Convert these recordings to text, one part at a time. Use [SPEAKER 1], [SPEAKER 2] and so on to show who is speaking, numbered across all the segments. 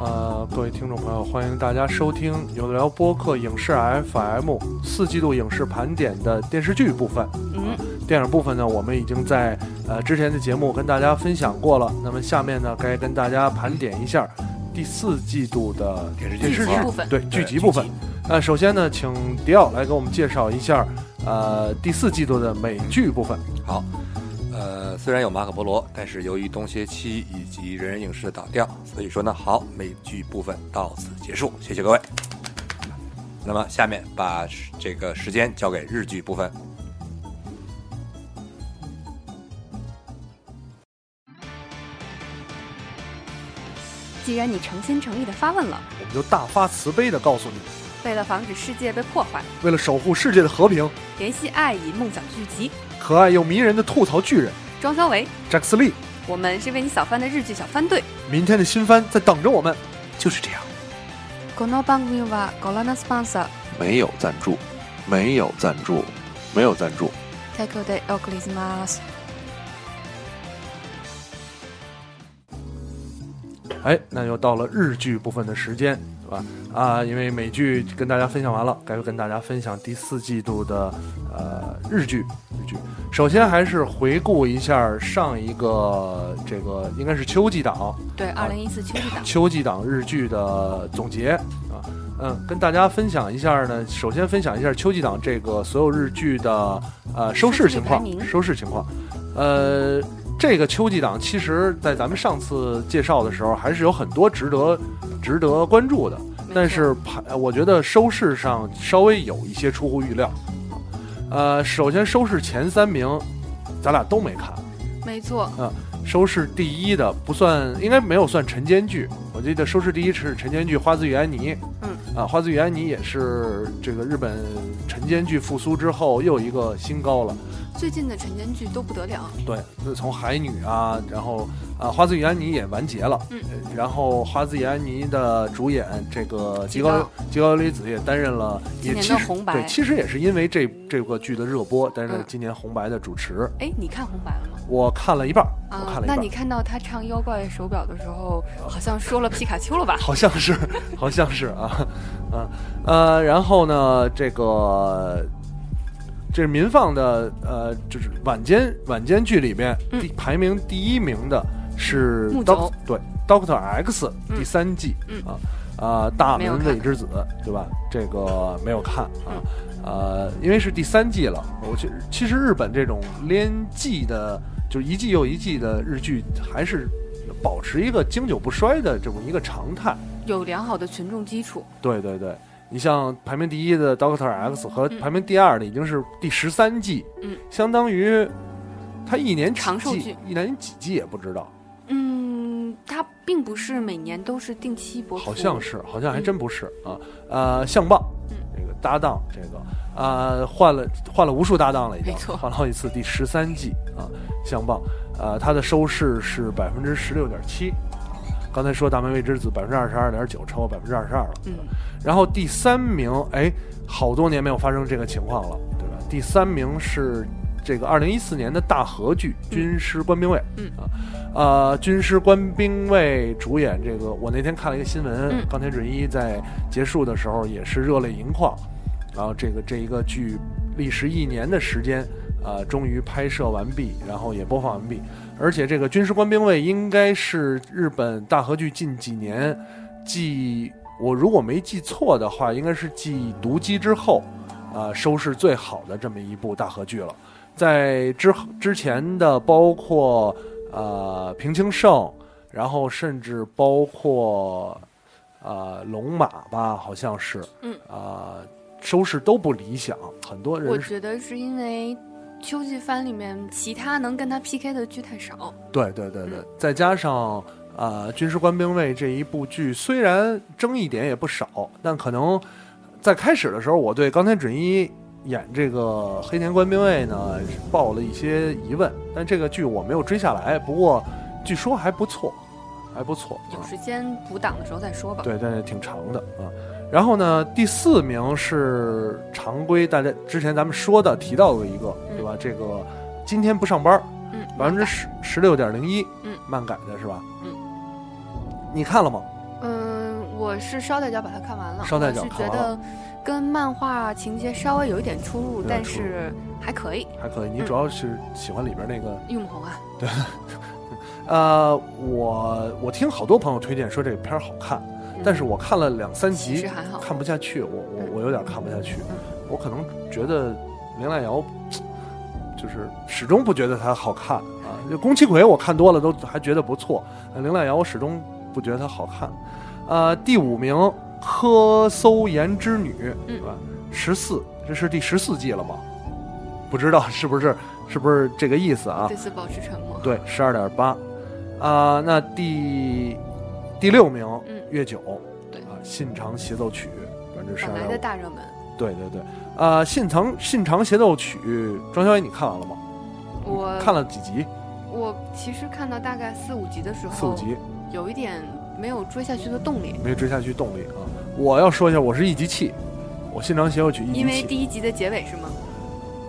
[SPEAKER 1] 呃，各位听众朋友，欢迎大家收听有的聊播客影视 FM 四季度影视盘点的电视剧部分。
[SPEAKER 2] 嗯，
[SPEAKER 1] 电影部分呢，我们已经在呃之前的节目跟大家分享过了。那么下面呢，该跟大家盘点一下第四季度的电视剧
[SPEAKER 2] 剧集
[SPEAKER 3] 啊
[SPEAKER 2] 部分
[SPEAKER 1] 对剧集部分。那首先呢，请迪奥来给我们介绍一下呃第四季度的美剧部分。
[SPEAKER 3] 呃，虽然有马可波罗，但是由于东歇期以及人人影视的倒掉，所以说呢，好，美剧部分到此结束，谢谢各位。那么下面把时这个时间交给日剧部分。
[SPEAKER 2] 既然你诚心诚意的发问了，
[SPEAKER 1] 我们就大发慈悲的告诉你，
[SPEAKER 2] 为了防止世界被破坏，
[SPEAKER 1] 为了守护世界的和平，
[SPEAKER 2] 联系爱以梦想聚集，
[SPEAKER 1] 可爱又迷人的吐槽巨人
[SPEAKER 2] 庄小维，
[SPEAKER 1] Jack s l e e
[SPEAKER 2] 我们是为你小番的日剧小番队。
[SPEAKER 1] 明天的新番在等着我们。
[SPEAKER 4] 就是这样，
[SPEAKER 5] この番組はご覧のスポンサー
[SPEAKER 4] 没有赞助，没有赞助，没有赞助。
[SPEAKER 5] 提供でお送りします。
[SPEAKER 1] 哎，那又到了日剧部分的时间，对吧？啊，因为美剧跟大家分享完了，该跟大家分享第四季度的呃日剧。日剧，首先还是回顾一下上一个这个应该是秋季档，
[SPEAKER 2] 对，二零一四秋季档，
[SPEAKER 1] 秋季档日剧的总结啊，嗯，跟大家分享一下呢。首先分享一下秋季档这个所有日剧的呃收视情况
[SPEAKER 2] 排，名
[SPEAKER 1] 收视情况。呃，这个秋季档其实，在咱们上次介绍的时候，还是有很多值得值得关注的，
[SPEAKER 2] 错
[SPEAKER 1] 但是排我觉得收视上稍微有一些出乎预料。呃，首先收视前三名，咱俩都没看。
[SPEAKER 2] 没错，
[SPEAKER 1] 收视第一的不算，应该没有算晨间剧。我记得收视第一是晨间剧《花子与安妮》。
[SPEAKER 2] 嗯，
[SPEAKER 1] 啊，《花子与安妮》也是这个日本晨间剧复苏之后又一个新高了。
[SPEAKER 2] 最近的晨间剧都不得了，
[SPEAKER 1] 对，自从《海女》啊，然后啊，《花子与安妮》也完结了。
[SPEAKER 2] 嗯
[SPEAKER 1] 呃，然后《花子与安妮》的主演这个吉
[SPEAKER 2] 吉
[SPEAKER 1] 高
[SPEAKER 2] 高
[SPEAKER 1] 吉高由里子也担任了，
[SPEAKER 2] 今
[SPEAKER 1] 也
[SPEAKER 2] 年
[SPEAKER 1] 其
[SPEAKER 2] 的
[SPEAKER 1] 实
[SPEAKER 2] 红白
[SPEAKER 1] 对，其实也是因为这这个剧的热播，担任了
[SPEAKER 2] 嗯
[SPEAKER 1] 今年红白的主持。
[SPEAKER 2] 哎，你看红白了吗？
[SPEAKER 1] 我看了一半儿，我
[SPEAKER 2] 啊
[SPEAKER 1] 看了，
[SPEAKER 2] 那
[SPEAKER 1] 一半儿。
[SPEAKER 2] 你看到他唱《妖怪手表》的时候，好像说了皮卡丘了吧？
[SPEAKER 1] 好像是， 好像是啊，啊呃，然后呢，这个这是民放的，呃，就是晚间晚间剧里边，
[SPEAKER 2] 嗯
[SPEAKER 1] 第排名第一名的是
[SPEAKER 2] 木九
[SPEAKER 1] Doc 对 Doctor X
[SPEAKER 2] 嗯
[SPEAKER 1] 第三季、
[SPEAKER 2] 嗯
[SPEAKER 1] 啊啊、大
[SPEAKER 2] 没有
[SPEAKER 1] 门
[SPEAKER 2] 看
[SPEAKER 1] 未之子对吧？这个没有看啊。
[SPEAKER 2] 嗯
[SPEAKER 1] 呃，因为是第三季了，我觉其实日本这种连季的，就是一季又一季的日剧，还是保持一个经久不衰的这么一个常态。
[SPEAKER 2] 有良好的群众基础，
[SPEAKER 1] 对对对，你像排名第一的 Doctor X 和
[SPEAKER 2] 嗯
[SPEAKER 1] 排名第二的已经是第十三季，
[SPEAKER 2] 嗯，
[SPEAKER 1] 相当于他一年几
[SPEAKER 2] 长寿
[SPEAKER 1] 季
[SPEAKER 2] 剧，
[SPEAKER 1] 一年几季也不知道，
[SPEAKER 2] 嗯，它并不是每年都是定期播出，
[SPEAKER 1] 好像是，好像还
[SPEAKER 2] 嗯
[SPEAKER 1] 真不是啊。呃，相棒
[SPEAKER 2] 嗯，
[SPEAKER 1] 这个搭档，这个啊换了换了无数搭档了，已经
[SPEAKER 2] 没错
[SPEAKER 1] 换了好几次，第十三季啊，相棒，呃，它的收视是百分之十六点七。啊刚才说《大门未知子》百分之二十二点九，超过百分之二十二了。
[SPEAKER 2] 嗯，
[SPEAKER 1] 然后第三名，哎，好多年没有发生这个情况了，对吧？第三名是这个二零一四年的大和剧《军师官兵卫》。
[SPEAKER 2] 嗯
[SPEAKER 1] 啊，呃，《军师官兵卫》主演这个，我那天看了一个新闻，
[SPEAKER 2] 嗯
[SPEAKER 1] 冈田准一在结束的时候也是热泪盈眶。然后这个这一个剧历时一年的时间，呃，终于拍摄完毕，然后也播放完毕。而且这个《军事官兵卫》应该是日本大和剧近几年继我如果没记错的话，应该是继《毒鸡》之后，呃，收视最好的这么一部大合剧了。在之后之前的包括呃《平清盛》，然后甚至包括呃龙马吧，好像是，
[SPEAKER 2] 嗯
[SPEAKER 1] 啊、收视都不理想，很多
[SPEAKER 2] 我
[SPEAKER 1] 人是
[SPEAKER 2] 觉得是因为秋季番里面其他能跟他 PK 的剧太少，
[SPEAKER 1] 对对对对
[SPEAKER 2] 嗯，
[SPEAKER 1] 再加上呃军事官兵卫这一部剧，虽然争议点也不少，但可能在开始的时候，我对冈田准一演这个黑田官兵卫呢是抱了一些疑问，但这个剧我没有追下来，不过据说还不错，还不错，啊
[SPEAKER 2] 有时间补档的时候再说吧。
[SPEAKER 1] 对，但是挺长的啊。然后呢，第四名是常规，大家之前咱们说的提到过一个，对吧？这个今天不上班，
[SPEAKER 2] 嗯，
[SPEAKER 1] 百分之十十六点零一，
[SPEAKER 2] 嗯，
[SPEAKER 1] 漫改的是吧？
[SPEAKER 2] 嗯，
[SPEAKER 1] 你看了吗？
[SPEAKER 2] 嗯，我是捎带脚把它看完了，
[SPEAKER 1] 捎带脚
[SPEAKER 2] 我是
[SPEAKER 1] 看
[SPEAKER 2] 觉
[SPEAKER 1] 完了
[SPEAKER 2] 得跟漫画情节稍微有一点出入，
[SPEAKER 1] 点
[SPEAKER 2] 但
[SPEAKER 1] 出入
[SPEAKER 2] 是还可以。
[SPEAKER 1] 还可以，你
[SPEAKER 2] 嗯
[SPEAKER 1] 主要是喜欢里边那个，
[SPEAKER 2] 用红啊，
[SPEAKER 1] 呃，我我听好多朋友推荐说这个片儿好看，
[SPEAKER 2] 嗯
[SPEAKER 1] 但是我看了两三
[SPEAKER 2] 其
[SPEAKER 1] 集
[SPEAKER 2] 实，还好。
[SPEAKER 1] 看不下去，我我
[SPEAKER 2] 嗯
[SPEAKER 1] 我有点看不下去
[SPEAKER 2] 嗯，
[SPEAKER 1] 我可能觉得林濑遥就是始终不觉得他好看啊。就宫崎葵我看多了都还觉得不错，呃林濑遥我始终不觉得他好看。呃，第五名科搜研之女，
[SPEAKER 2] 嗯
[SPEAKER 1] 是吧？十四，这是第十四季了吗？不知道 是不是是不是这个意思啊
[SPEAKER 2] 对？此保持沉默。
[SPEAKER 1] 对，十二点八，啊，那第第六名，
[SPEAKER 2] 嗯
[SPEAKER 1] 月九，
[SPEAKER 2] 对
[SPEAKER 1] 啊，信长协奏曲，百分之十
[SPEAKER 2] 本
[SPEAKER 1] 二
[SPEAKER 2] 来的
[SPEAKER 1] 点
[SPEAKER 2] 大热门，
[SPEAKER 1] 对对对，啊，信长信长协奏曲，庄小野你看完了吗？
[SPEAKER 2] 我
[SPEAKER 1] 嗯看了几集，
[SPEAKER 2] 我其实看到大概四五集的时候，
[SPEAKER 1] 四五集，
[SPEAKER 2] 有一点没有追下去的动力，
[SPEAKER 1] 没追下去动力啊。我要说一下，我是一集气，我信长协奏曲一
[SPEAKER 2] 因为
[SPEAKER 1] 集气，
[SPEAKER 2] 第一集的结尾是吗？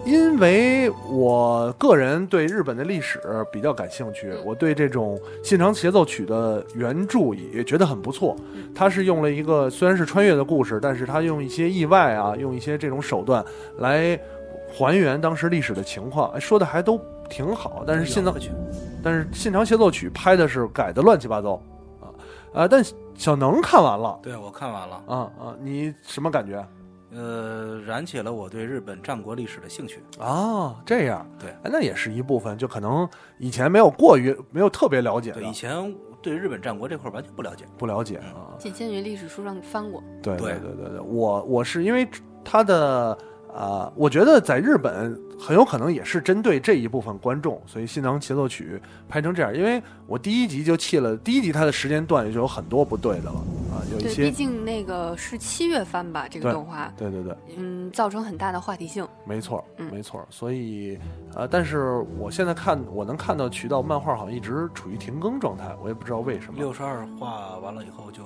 [SPEAKER 1] 因为我个人对日本的历史比较感兴趣，
[SPEAKER 2] 嗯
[SPEAKER 1] 我对这种信长协奏曲的原著也觉得很不错
[SPEAKER 2] 嗯。
[SPEAKER 1] 它是用了一个虽然是穿越的故事，但是它用一些意外啊，用一些这种手段来还原当时历史的情况，哎说的还都挺好。但是信长，但是信长协奏曲拍的是改的乱七八糟啊啊！但小能看完了
[SPEAKER 6] 对，我看完了，
[SPEAKER 1] 啊啊，你什么感觉
[SPEAKER 6] 呃，燃起了我对日本战国历史的兴趣。
[SPEAKER 1] 啊？这样。
[SPEAKER 6] 对，
[SPEAKER 1] 哎，那也是一部分，就可能以前没有过于没有特别了解的
[SPEAKER 6] 对，，以前对日本战国这块儿完全不了解。
[SPEAKER 1] 不了解啊。
[SPEAKER 2] 仅限于历史书上翻过，
[SPEAKER 1] 对对
[SPEAKER 6] 对
[SPEAKER 1] 对对对，我我是因为他的啊、呃我觉得在日本很有可能也是针对这一部分观众，所以《新郎协奏曲》拍成这样。因为我第一集就弃了，第一集它的时间段也就有很多不对的了啊，有一
[SPEAKER 2] 对，
[SPEAKER 1] 些
[SPEAKER 2] 毕竟那个是七月番吧，这个
[SPEAKER 1] 对
[SPEAKER 2] 动画，
[SPEAKER 1] 对对对，
[SPEAKER 2] 嗯，造成很大的话题性。
[SPEAKER 1] 没错儿
[SPEAKER 2] 嗯
[SPEAKER 1] 没错儿。所以呃，但是我现在看我能看到渠道漫画好像一直处于停更状态，我也不知道为什么
[SPEAKER 6] 六十二话完了以后，就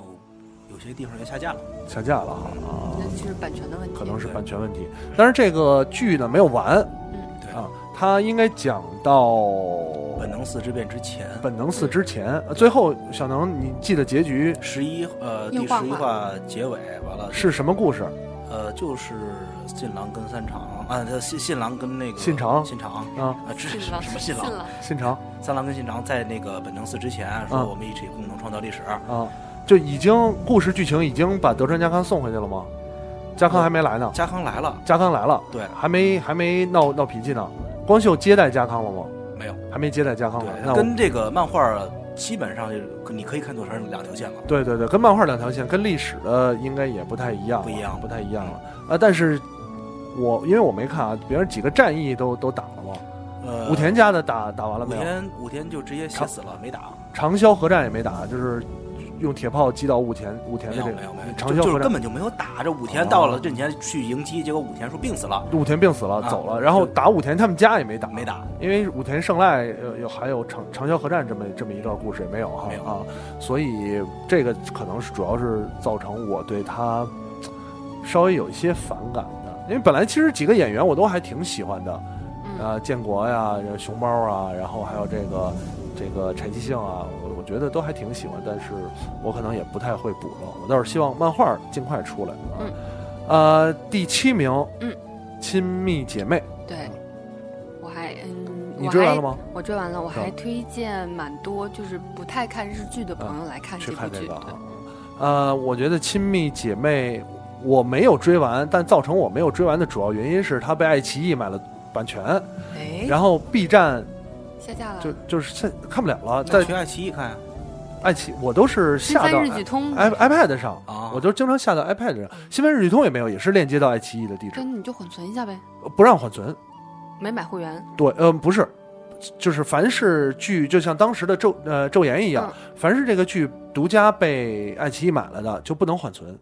[SPEAKER 6] 有些地方要下架了。
[SPEAKER 1] 下架了哈啊。
[SPEAKER 2] 那嗯就是版权的问题，
[SPEAKER 1] 可能是
[SPEAKER 6] 对
[SPEAKER 1] 版权问题。但是这个剧呢没有完
[SPEAKER 2] 嗯，
[SPEAKER 6] 对，
[SPEAKER 1] 啊，它应该讲到
[SPEAKER 6] 本能四之变之前，
[SPEAKER 1] 呃本能寺之前。呃最后，小能，你记得结局
[SPEAKER 6] 十一呃第
[SPEAKER 2] 用
[SPEAKER 6] 十
[SPEAKER 2] 画
[SPEAKER 6] 一
[SPEAKER 2] 画
[SPEAKER 6] 话结尾完了
[SPEAKER 1] 是什么故事？
[SPEAKER 6] 呃就是信郎跟三长啊，他信信郎跟那个
[SPEAKER 1] 信长
[SPEAKER 6] 信长
[SPEAKER 1] 啊
[SPEAKER 6] 啊，这是
[SPEAKER 2] 信了，
[SPEAKER 6] 什么信郎？
[SPEAKER 2] 了，
[SPEAKER 1] 信啊长
[SPEAKER 6] 三郎跟信长在那个本能寺之前说
[SPEAKER 1] 嗯
[SPEAKER 6] 我们一起共同创造历史，
[SPEAKER 1] 啊，就已经故事剧情已经把德川家康送回去了吗？家康还没来呢，
[SPEAKER 6] 家康来了，
[SPEAKER 1] 家康来了，
[SPEAKER 6] 对
[SPEAKER 1] 还没还没闹闹脾气呢。光秀接待家康了吗？
[SPEAKER 6] 没有，
[SPEAKER 1] 还没接待家康呢。
[SPEAKER 6] 对，
[SPEAKER 1] 那
[SPEAKER 6] 啊
[SPEAKER 1] 我
[SPEAKER 6] 跟这个漫画基本上就是你可以看作是两条线了。
[SPEAKER 1] 对对对，跟漫画两条线，跟历史的应该也不太一样了，
[SPEAKER 6] 不一样
[SPEAKER 1] 不太一样了。啊，但是我因为我没看啊，别人几个战役都都打了吗？
[SPEAKER 6] 呃，
[SPEAKER 1] 武田家的打打完了
[SPEAKER 6] 武
[SPEAKER 1] 没有？
[SPEAKER 6] 田武田就直接写死了，没打，
[SPEAKER 1] 长萧合战也没打，就是用铁炮击倒武田武田
[SPEAKER 6] 没
[SPEAKER 1] 的
[SPEAKER 6] 有
[SPEAKER 1] 这
[SPEAKER 6] 没
[SPEAKER 1] 个
[SPEAKER 6] 有没有，
[SPEAKER 1] 长
[SPEAKER 6] 就
[SPEAKER 1] 萧
[SPEAKER 6] 就是
[SPEAKER 1] 合
[SPEAKER 6] 根
[SPEAKER 1] 战。
[SPEAKER 6] 本就没有打。这武
[SPEAKER 1] 哦
[SPEAKER 6] 田到了阵前去迎击，结果武田说病死了，
[SPEAKER 1] 武田病死了，
[SPEAKER 6] 啊
[SPEAKER 1] 走了，然后
[SPEAKER 6] 就
[SPEAKER 1] 打武田他们家也没打，
[SPEAKER 6] 没，打。
[SPEAKER 1] 因为武田胜赖呃有还有长长萧合战这么这么一段故事也没有哈
[SPEAKER 6] 没有
[SPEAKER 1] 啊，所以这个可能是主要是造成我对他稍微有一些反感的，因为本来其实几个演员我都还挺喜欢的，
[SPEAKER 2] 嗯，
[SPEAKER 1] 呃，建国呀、然后熊猫啊，然后还有这个这个柴崎幸啊，我我觉得都还挺喜欢，但是我可能也不太会补了。我倒是希望漫画尽快出来。啊
[SPEAKER 2] 嗯，
[SPEAKER 1] 呃，第七名，
[SPEAKER 2] 嗯，
[SPEAKER 1] 亲密姐妹，
[SPEAKER 2] 对，我还嗯，
[SPEAKER 1] 你
[SPEAKER 2] 我
[SPEAKER 1] 追完
[SPEAKER 2] 还
[SPEAKER 1] 了吗？嗯
[SPEAKER 2] 我追完了，我还
[SPEAKER 1] 是
[SPEAKER 2] 推荐蛮多，就是不太看日剧的朋友来看
[SPEAKER 1] 嗯去
[SPEAKER 2] 这部
[SPEAKER 1] 看这
[SPEAKER 2] 剧。
[SPEAKER 1] 个
[SPEAKER 2] 对
[SPEAKER 1] 啊。呃，我觉得亲密姐妹我没有追完，但造成我没有追完的主要原因是它被爱奇艺买了版权，
[SPEAKER 2] 哎，
[SPEAKER 1] 然后 B 站
[SPEAKER 2] 下架了，嗯
[SPEAKER 1] 就就是现看不了了，在
[SPEAKER 6] 再去爱奇艺看啊，
[SPEAKER 1] 爱奇我都是
[SPEAKER 2] 新
[SPEAKER 1] 下啊哎
[SPEAKER 2] 番日
[SPEAKER 1] 到
[SPEAKER 2] 剧通，
[SPEAKER 1] i iPad 上
[SPEAKER 6] 啊
[SPEAKER 1] 我都经常下到 iPad 上。新闻日语通也没有，也是链接到爱奇艺的地址
[SPEAKER 2] 对，，你就缓存一下呗，
[SPEAKER 1] 不让缓存。
[SPEAKER 2] 没买会员。
[SPEAKER 1] 对，呃，不是，就是凡是剧，就像当时的昼呃昼颜一样，
[SPEAKER 2] 嗯
[SPEAKER 1] 凡是这个剧独家被爱奇艺买了的，就不能缓存。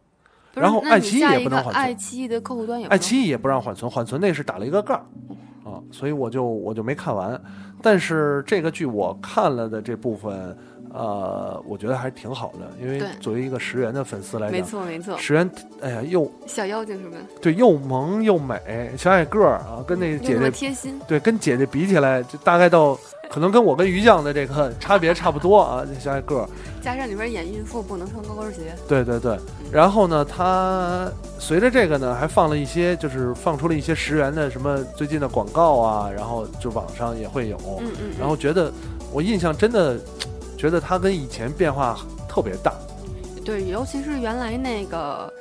[SPEAKER 2] 不是
[SPEAKER 1] 然后
[SPEAKER 2] 那
[SPEAKER 1] 爱
[SPEAKER 2] 你
[SPEAKER 1] 奇艺
[SPEAKER 2] 下
[SPEAKER 1] 也
[SPEAKER 2] 一
[SPEAKER 1] 不能
[SPEAKER 2] 个
[SPEAKER 1] 缓存
[SPEAKER 2] 爱奇艺的客户端也不
[SPEAKER 1] 爱
[SPEAKER 2] 能
[SPEAKER 1] 奇艺也不让缓存，缓存那是打了一个杠儿啊，所以我就我就没看完。但是这个剧我看了的这部分，呃，我觉得还是挺好的，因为
[SPEAKER 2] 对
[SPEAKER 1] 作为一个石原的粉丝来
[SPEAKER 2] 没
[SPEAKER 1] 讲，
[SPEAKER 2] 错没错，
[SPEAKER 1] 石原哎呀又
[SPEAKER 2] 小妖精是吧？
[SPEAKER 1] 对又萌又美，小矮个儿啊，跟那
[SPEAKER 2] 嗯又
[SPEAKER 1] 姐
[SPEAKER 2] 那么
[SPEAKER 1] 姐
[SPEAKER 2] 贴心，
[SPEAKER 1] 对跟姐姐比起来，就大概到可能跟我跟于酱的这个差别差不多啊，这小矮个儿。
[SPEAKER 2] 加上里边演孕妇不能穿高跟鞋，
[SPEAKER 1] 对对对，然后呢，他随着这个呢，还放了一些，就是放出了一些十元的什么最近的广告啊，然后就网上也会有，
[SPEAKER 2] 嗯嗯，
[SPEAKER 1] 哦然后觉得我印象真的觉得他跟以前变化特别大，
[SPEAKER 2] 嗯对，尤其是原来那个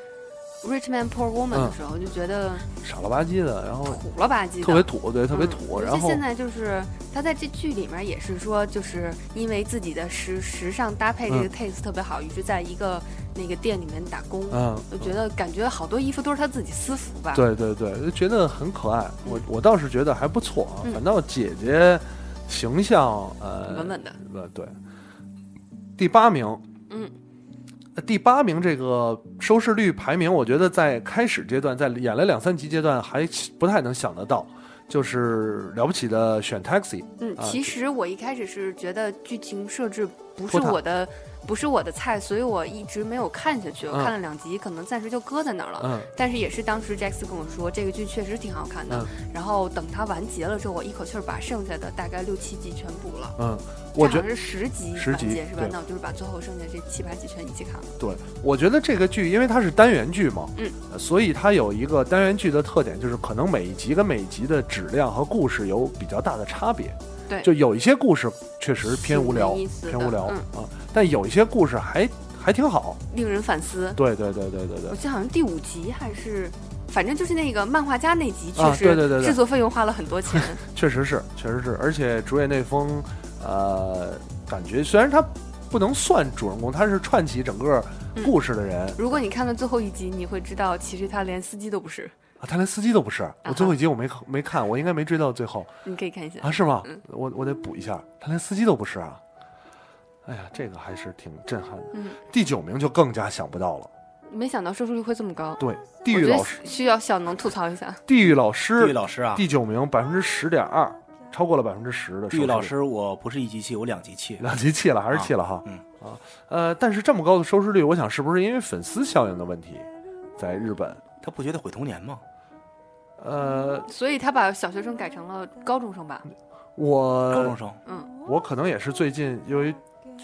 [SPEAKER 2] Rich Man Poor Woman
[SPEAKER 1] 嗯
[SPEAKER 2] 的时候，就觉得
[SPEAKER 1] 傻了吧唧的，然后
[SPEAKER 2] 土了吧唧的，
[SPEAKER 1] 特别土，对，特别
[SPEAKER 2] 嗯
[SPEAKER 1] 土，
[SPEAKER 2] 尤
[SPEAKER 1] 然
[SPEAKER 2] 其
[SPEAKER 1] 后
[SPEAKER 2] 现在就是他在这剧里面也是说，就是因为自己的时时尚搭配这个
[SPEAKER 1] 嗯
[SPEAKER 2] taste 特别好，一直在一个那个店里面打工。
[SPEAKER 1] 嗯，
[SPEAKER 2] 我觉得感觉好多衣服都是他自己私服吧，
[SPEAKER 1] 对对对，就觉得很可爱，我
[SPEAKER 2] 嗯
[SPEAKER 1] 我倒是觉得还不错啊，
[SPEAKER 2] 嗯
[SPEAKER 1] 反倒姐姐形象呃
[SPEAKER 2] 稳稳的。
[SPEAKER 1] 呃，对，第八名，
[SPEAKER 2] 嗯
[SPEAKER 1] 呃，第八名这个收视率排名，我觉得在开始阶段，在演了两三集阶段还不太能想得到，就是了不起的选 Taxi，
[SPEAKER 2] 嗯，
[SPEAKER 1] 啊
[SPEAKER 2] 其实我一开始是觉得剧情设置不是
[SPEAKER 1] 拖沓
[SPEAKER 2] 我的，不是我的菜，所以我一直没有看下去。我
[SPEAKER 1] 嗯
[SPEAKER 2] 看了两集，可能暂时就搁在那儿了。
[SPEAKER 1] 嗯
[SPEAKER 2] 但是也是当时 Jax 跟我说这个剧确实挺好看的，
[SPEAKER 1] 嗯
[SPEAKER 2] 然后等它完结了之后，我一口气儿把剩下的大概六七集全补了。
[SPEAKER 1] 嗯，我
[SPEAKER 2] 这
[SPEAKER 1] 觉
[SPEAKER 2] 好像是十集
[SPEAKER 1] 十
[SPEAKER 2] 完
[SPEAKER 1] 集
[SPEAKER 2] 结是吧
[SPEAKER 1] 对？
[SPEAKER 2] 那我就是把最后剩下这七八集全一起看了。
[SPEAKER 1] 对，我觉得这个剧因为它是单元剧嘛，
[SPEAKER 2] 嗯，
[SPEAKER 1] 所以它有一个单元剧的特点，就是可能每一集跟每一集的质量和故事有比较大的差别，
[SPEAKER 2] 对
[SPEAKER 1] 就有一些故事确实偏
[SPEAKER 2] 挺
[SPEAKER 1] 无
[SPEAKER 2] 没
[SPEAKER 1] 聊
[SPEAKER 2] 意，思
[SPEAKER 1] 偏
[SPEAKER 2] 的
[SPEAKER 1] 无聊、
[SPEAKER 2] 嗯
[SPEAKER 1] 啊，但有一些故事还还挺好，
[SPEAKER 2] 令人反思。
[SPEAKER 1] 对对对对对对
[SPEAKER 2] 我。记得好像第五集还是，反正就是那个漫画家那集，确
[SPEAKER 1] 啊
[SPEAKER 2] 实、
[SPEAKER 1] 对对对对
[SPEAKER 2] 制作费用花了很多钱。
[SPEAKER 1] 确实是，确实是，而且竹野内丰，呃，感觉虽然他不能算主人公，他是串起整个故事的人、
[SPEAKER 2] 如果你看到最后一集，你会知道其实他连司机都不是。
[SPEAKER 1] 啊，他连司机都不是。我最后一集我没看没看，我应该没追到最后
[SPEAKER 2] 你可以看一下
[SPEAKER 1] 啊，，是吗
[SPEAKER 2] 嗯？
[SPEAKER 1] 我我得补一下，他连司机都不是啊。哎呀，这个还是挺震撼的。
[SPEAKER 2] 嗯
[SPEAKER 1] 第九名就更加想不到了。
[SPEAKER 2] 没想到收视率会这么高。
[SPEAKER 1] 对，地
[SPEAKER 2] 我
[SPEAKER 1] 狱
[SPEAKER 2] 觉
[SPEAKER 1] 老
[SPEAKER 2] 得
[SPEAKER 1] 师，
[SPEAKER 2] 需要小能吐槽一下。
[SPEAKER 1] 地狱老
[SPEAKER 6] 地狱
[SPEAKER 1] 师，
[SPEAKER 6] 老师啊，
[SPEAKER 1] 第九名百分之十点二，超过了百分之十的。
[SPEAKER 6] 地狱老师，我不是一集气，我两集气。
[SPEAKER 1] 两集弃了，还是弃了哈。
[SPEAKER 6] 嗯
[SPEAKER 1] 啊，呃，但是这么高的收视率，我想是不是因为粉丝效应的问题，在日本，
[SPEAKER 6] 他不觉得毁童年吗？
[SPEAKER 1] 呃，
[SPEAKER 2] 所以他把小学生改成了高中生吧？
[SPEAKER 6] 高中
[SPEAKER 1] 我
[SPEAKER 6] 生，
[SPEAKER 1] 我可能也是最近因为。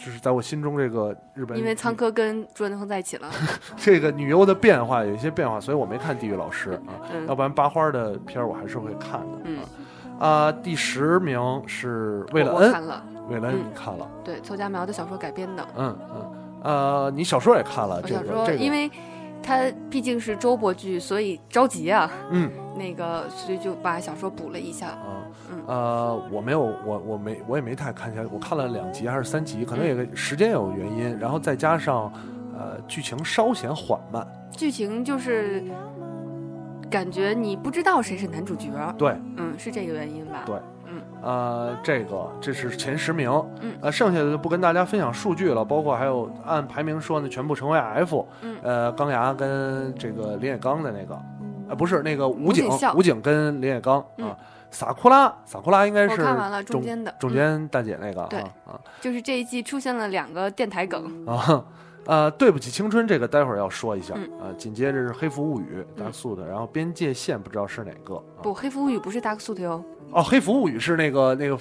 [SPEAKER 1] 就是在我心中，这个日本
[SPEAKER 2] 因为仓科跟朱元璋在一 起了。
[SPEAKER 1] 这个女优的变化有一些变化，所以我没看《地狱老师》啊，
[SPEAKER 2] 嗯
[SPEAKER 1] 要不然八花的片儿我还是会看的。
[SPEAKER 2] 嗯
[SPEAKER 1] 啊，第十名是为了
[SPEAKER 2] 我我看
[SPEAKER 1] 恩，
[SPEAKER 2] 了，
[SPEAKER 1] 为了恩
[SPEAKER 2] 嗯
[SPEAKER 1] 你看了，
[SPEAKER 2] 对，凑佳苗的小说改编的。
[SPEAKER 1] 嗯嗯，呃，你小说也看了，
[SPEAKER 2] 我
[SPEAKER 1] 这
[SPEAKER 2] 想
[SPEAKER 1] 个
[SPEAKER 2] 说，
[SPEAKER 1] 这个，
[SPEAKER 2] 因为它毕竟是周播剧，所以着急啊，
[SPEAKER 1] 嗯，
[SPEAKER 2] 那个所以就把小说补了一下。
[SPEAKER 1] 啊
[SPEAKER 2] 嗯，
[SPEAKER 1] 呃，我没有，我我没我也没太看下去，我看了两集还是三集，可
[SPEAKER 2] 嗯
[SPEAKER 1] 能也跟时间有原因，然后再加上呃剧情稍显缓慢，
[SPEAKER 2] 剧情就是感觉你不知道谁是男主角，
[SPEAKER 1] 对，
[SPEAKER 2] 嗯，是这个原因吧？
[SPEAKER 1] 对呃，这个这是前十名，
[SPEAKER 2] 嗯
[SPEAKER 1] 呃，剩下的就不跟大家分享数据了，包括还有按排名说呢，全部成为 F，
[SPEAKER 2] 嗯
[SPEAKER 1] 呃，钢牙跟这个林野刚的那个，呃，不是那个武
[SPEAKER 2] 武警
[SPEAKER 1] 警，
[SPEAKER 2] 校
[SPEAKER 1] 武警跟林野刚
[SPEAKER 2] 嗯
[SPEAKER 1] 啊，萨库拉，萨库拉应该
[SPEAKER 2] 我
[SPEAKER 1] 是
[SPEAKER 2] 看完了中
[SPEAKER 1] 中
[SPEAKER 2] 间的，嗯
[SPEAKER 1] 中间大姐那个，
[SPEAKER 2] 对
[SPEAKER 1] 啊啊。
[SPEAKER 2] 就是这一季出现了两个电台梗，
[SPEAKER 1] 啊， 呃，对不起，青春这个待会儿要说一下、
[SPEAKER 2] 嗯
[SPEAKER 1] 啊。紧接着是《黑服物语》大素的，然后《边界线》不知道是哪个。啊、
[SPEAKER 2] 不，黑服物语不是 Dark Suit 哟，
[SPEAKER 1] 哦，《黑服物语》是那个那个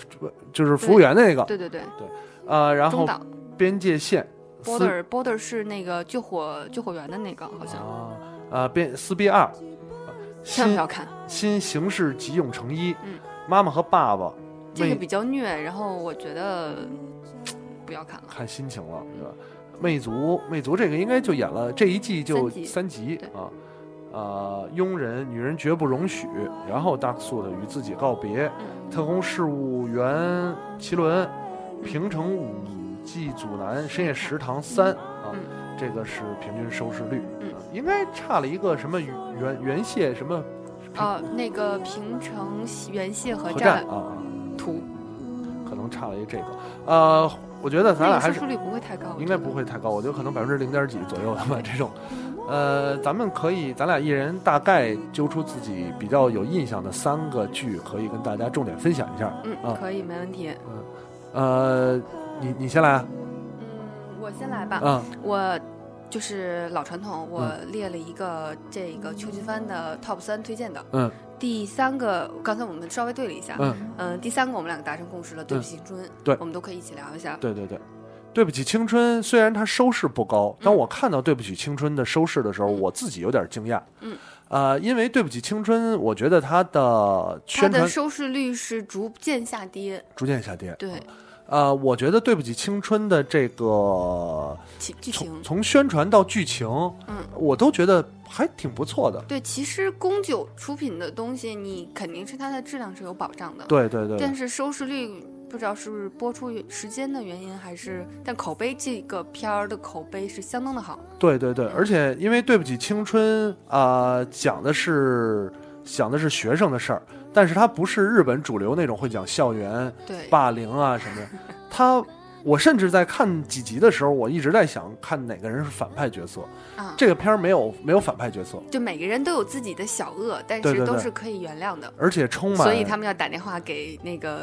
[SPEAKER 1] 就是服务员那个
[SPEAKER 2] 对对对，
[SPEAKER 1] 啊，然
[SPEAKER 2] 中
[SPEAKER 1] 后《
[SPEAKER 2] 岛
[SPEAKER 1] 边界线》撕
[SPEAKER 2] Border Border 是那个救火救火员的那个，好像
[SPEAKER 1] 啊啊边撕逼二，
[SPEAKER 2] 千万不
[SPEAKER 1] 新
[SPEAKER 2] 要看，
[SPEAKER 1] 新形式急用成一，
[SPEAKER 2] 嗯
[SPEAKER 1] 妈妈和爸爸
[SPEAKER 2] 这个
[SPEAKER 1] 妹
[SPEAKER 2] 比较虐，然后我觉得不要看了。
[SPEAKER 1] 看心情了，对吧？魅族，魅族这个应该就演了这一季就
[SPEAKER 2] 三集
[SPEAKER 1] 三集
[SPEAKER 2] 对
[SPEAKER 1] 啊，呃，佣人，女人绝不容许，然后 Dark Suit 与自己告别，
[SPEAKER 2] 嗯
[SPEAKER 1] 特工事务员奇伦，平成武祭祖南深夜食堂三啊
[SPEAKER 2] 嗯，
[SPEAKER 1] 这个是平均收视率，
[SPEAKER 2] 嗯
[SPEAKER 1] 啊应该差了一个什么原原蟹什么
[SPEAKER 2] 哦，那个平城原谢河
[SPEAKER 1] 核战
[SPEAKER 2] 站
[SPEAKER 1] 啊，啊
[SPEAKER 2] 呃图，
[SPEAKER 1] 可能差了一这个。呃，我觉得咱
[SPEAKER 2] 那
[SPEAKER 1] 俩
[SPEAKER 2] 个
[SPEAKER 1] 还
[SPEAKER 2] 收
[SPEAKER 1] 是
[SPEAKER 2] 视率不会太高，
[SPEAKER 1] 应该不会太高，我觉得可能百分之零点几左右的吧，这种。呃，咱们可以，咱俩一人大概揪出自己比较有印象的三个剧，可以跟大家重点分享一下。
[SPEAKER 2] 嗯
[SPEAKER 1] 啊，
[SPEAKER 2] 可以，没问题。
[SPEAKER 1] 呃，你你先来啊，
[SPEAKER 2] 嗯，我先来吧。
[SPEAKER 1] 嗯
[SPEAKER 2] 我就是老传统，我列了一个这个邱菊帆的 Top 三推荐的。
[SPEAKER 1] 嗯。
[SPEAKER 2] 第三个，刚才我们稍微对了一下。
[SPEAKER 1] 嗯，
[SPEAKER 2] 嗯，第三个我们两个达成共识了，对不起青春。
[SPEAKER 1] 对
[SPEAKER 2] 我们都可以一起聊一下。
[SPEAKER 1] 对对对，对不起青春，虽然它收视不高，
[SPEAKER 2] 嗯
[SPEAKER 1] 当我看到对不起青春的收视的时候，我自己有点惊讶。
[SPEAKER 2] 嗯，
[SPEAKER 1] 呃，因为对不起青春，我觉得它的
[SPEAKER 2] 它
[SPEAKER 1] 宣
[SPEAKER 2] 的
[SPEAKER 1] 传
[SPEAKER 2] 收视率是逐渐下跌，
[SPEAKER 1] 逐渐下跌。
[SPEAKER 2] 对，
[SPEAKER 1] 呃，我觉得对不起青春的这个
[SPEAKER 2] 其剧
[SPEAKER 1] 从
[SPEAKER 2] 情。
[SPEAKER 1] 从宣传到剧情，
[SPEAKER 2] 嗯，
[SPEAKER 1] 我都觉得还挺不错的。
[SPEAKER 2] 对，其实宫九出品的东西，你肯定是它的质量是有保障的。
[SPEAKER 1] 对对对，
[SPEAKER 2] 但是收视率不知道是不是播出时间的原因，还是但口碑这个片儿的口碑是相当的好。
[SPEAKER 1] 对对
[SPEAKER 2] 嗯
[SPEAKER 1] 对，而且因为对不起青春啊、讲的是讲的是学生的事儿，但是它不是日本主流那种会讲校园
[SPEAKER 2] 对，
[SPEAKER 1] 霸凌啊什么的。它，我甚至在看几集的时候，我一直在想看哪个人是反派角色。
[SPEAKER 2] 啊，
[SPEAKER 1] 这个片儿没有没有反派角色，
[SPEAKER 2] 就每个人都有自己的小恶，但
[SPEAKER 1] 对对
[SPEAKER 2] 是都
[SPEAKER 1] 对
[SPEAKER 2] 是可以原谅的。
[SPEAKER 1] 而且充满
[SPEAKER 2] 所以他们要打电话给那个